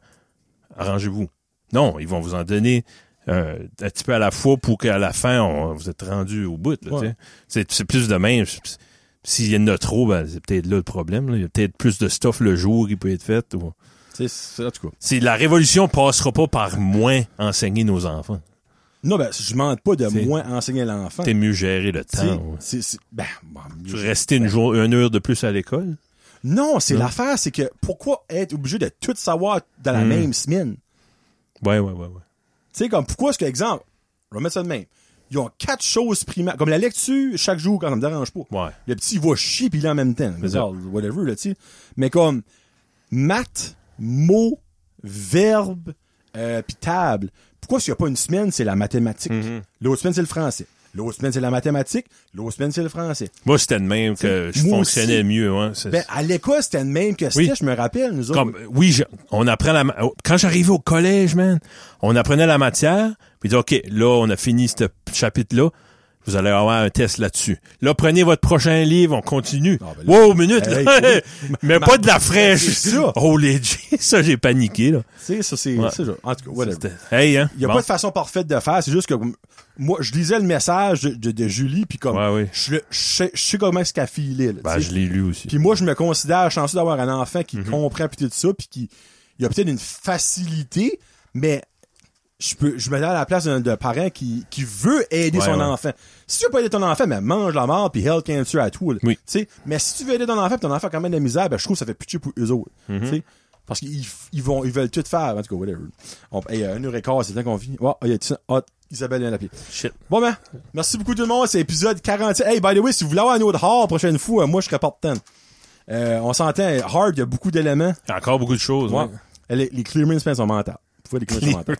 arrangez-vous. Non, ils vont vous en donner euh, un petit peu à la fois pour qu'à la fin, on, vous êtes rendu au bout. là,
Ouais.
tu sais. C'est c'est plus de même. S'il y en a trop, ben, c'est peut-être là le problème. là. Il y a peut-être plus de stuff le jour qui peut être fait. ou-
Tu sais, c'est- en tout cas.
C'est la révolution passera pas par moins enseigner nos enfants.
Non, ben, je demande pas de
C'est-
moins enseigner à l'enfant.
T'es mieux gérer le
Tu sais,
temps. ouais.
c'est- c'est- ben, bon,
Tu restais une, jour, une heure de plus à l'école?
Non, c'est l'affaire, c'est que pourquoi être obligé de tout savoir dans la
Hmm.
même semaine?
Ouais, ouais, ouais, ouais.
Tu sais, comme pourquoi est-ce que, exemple, je vais mettre ça de même. Ils ont quatre choses primaires. Comme la lecture, chaque jour, quand ça me dérange pas.
Ouais.
Le petit, il va chier, puis il est en même temps. Bizarre, whatever, là, tu sais. Mais comme, maths, mots, verbe, euh, puis table. Pourquoi s'il n'y a pas une semaine, c'est la mathématique.
Hmm.
L'autre semaine, c'est le français. L'autre semaine, c'est la mathématique. L'autre semaine, c'est le français.
Moi, c'était de même que je
moi
fonctionnais
aussi.
mieux. hein. C'est-
Ben, à l'école, c'était le même que c'était,
Oui.
je me rappelle, nous autres.
Comme, oui, je- on apprend la, ma- oh, quand j'arrivais au collège, man, on apprenait la matière, puis disait, OK, là, on a fini ce chapitre-là, vous allez avoir un test là-dessus. Là, prenez votre prochain livre, on continue.
Ah, ben là-
wow, minute,
Hey,
là.
oui.
mais
Ma-
pas de la fraîche.
C'est ça.
Oh, les G, ça, j'ai paniqué, là.
Tu sais, ça, c'est,
Ouais.
ça, je- en tout cas, whatever.
C'était- Hey, hein.
Il n'y a
Bon.
pas de façon parfaite de faire, c'est juste que m- moi, je lisais le message de, de- de Julie, puis comme,
Ouais, oui.
je, le- je sais- je sais comment est-ce qu'elle filait. là,
Ben,
tu sais.
je l'ai lu aussi. Mhm.
Puis moi, je me considère chanceux d'avoir un enfant qui comprend puis tout ça, puis qui il y a peut-être une facilité, mais je peux je me mets à la place d'un d'un parent qui, qui veut aider
Ouais,
son
ouais.
enfant. Si tu veux pas aider ton enfant, mais mange la mort puis hell can tu à tout. là.
Oui.
Tu sais, mais si tu veux aider ton enfant, pis ton enfant a quand même de la misère, ben je trouve que ça fait pitié pour eux autres.
Mhm.
Tu sais, parce qu'ils f- ils vont ils veulent tout faire en tout cas whatever. On, hey, un heure et quart, c'est le temps qu'on vit. Oh, il y a oh, Isabelle vient d'appeler.
Shit.
Bon ben, merci beaucoup tout le monde, c'est épisode 40. Hey, by the way, si vous voulez avoir un autre hard prochaine fois, euh, moi je serais partant. Euh, on s'entend, euh, hard, il y a beaucoup d'éléments.
Il y a encore beaucoup de choses. hein.
Ouais.
ouais.
Euh, Les, les clearings ben, sont mentales. Vous pouvez les clearings sont mentales.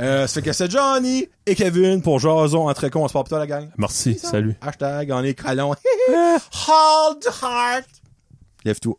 Euh, ça fait que c'est Johnny et Kevin pour Jason entre cons, on se parle plus tard la gang.
Merci. Salut.
Hashtag on est calon. Hard heart. Lève-toi.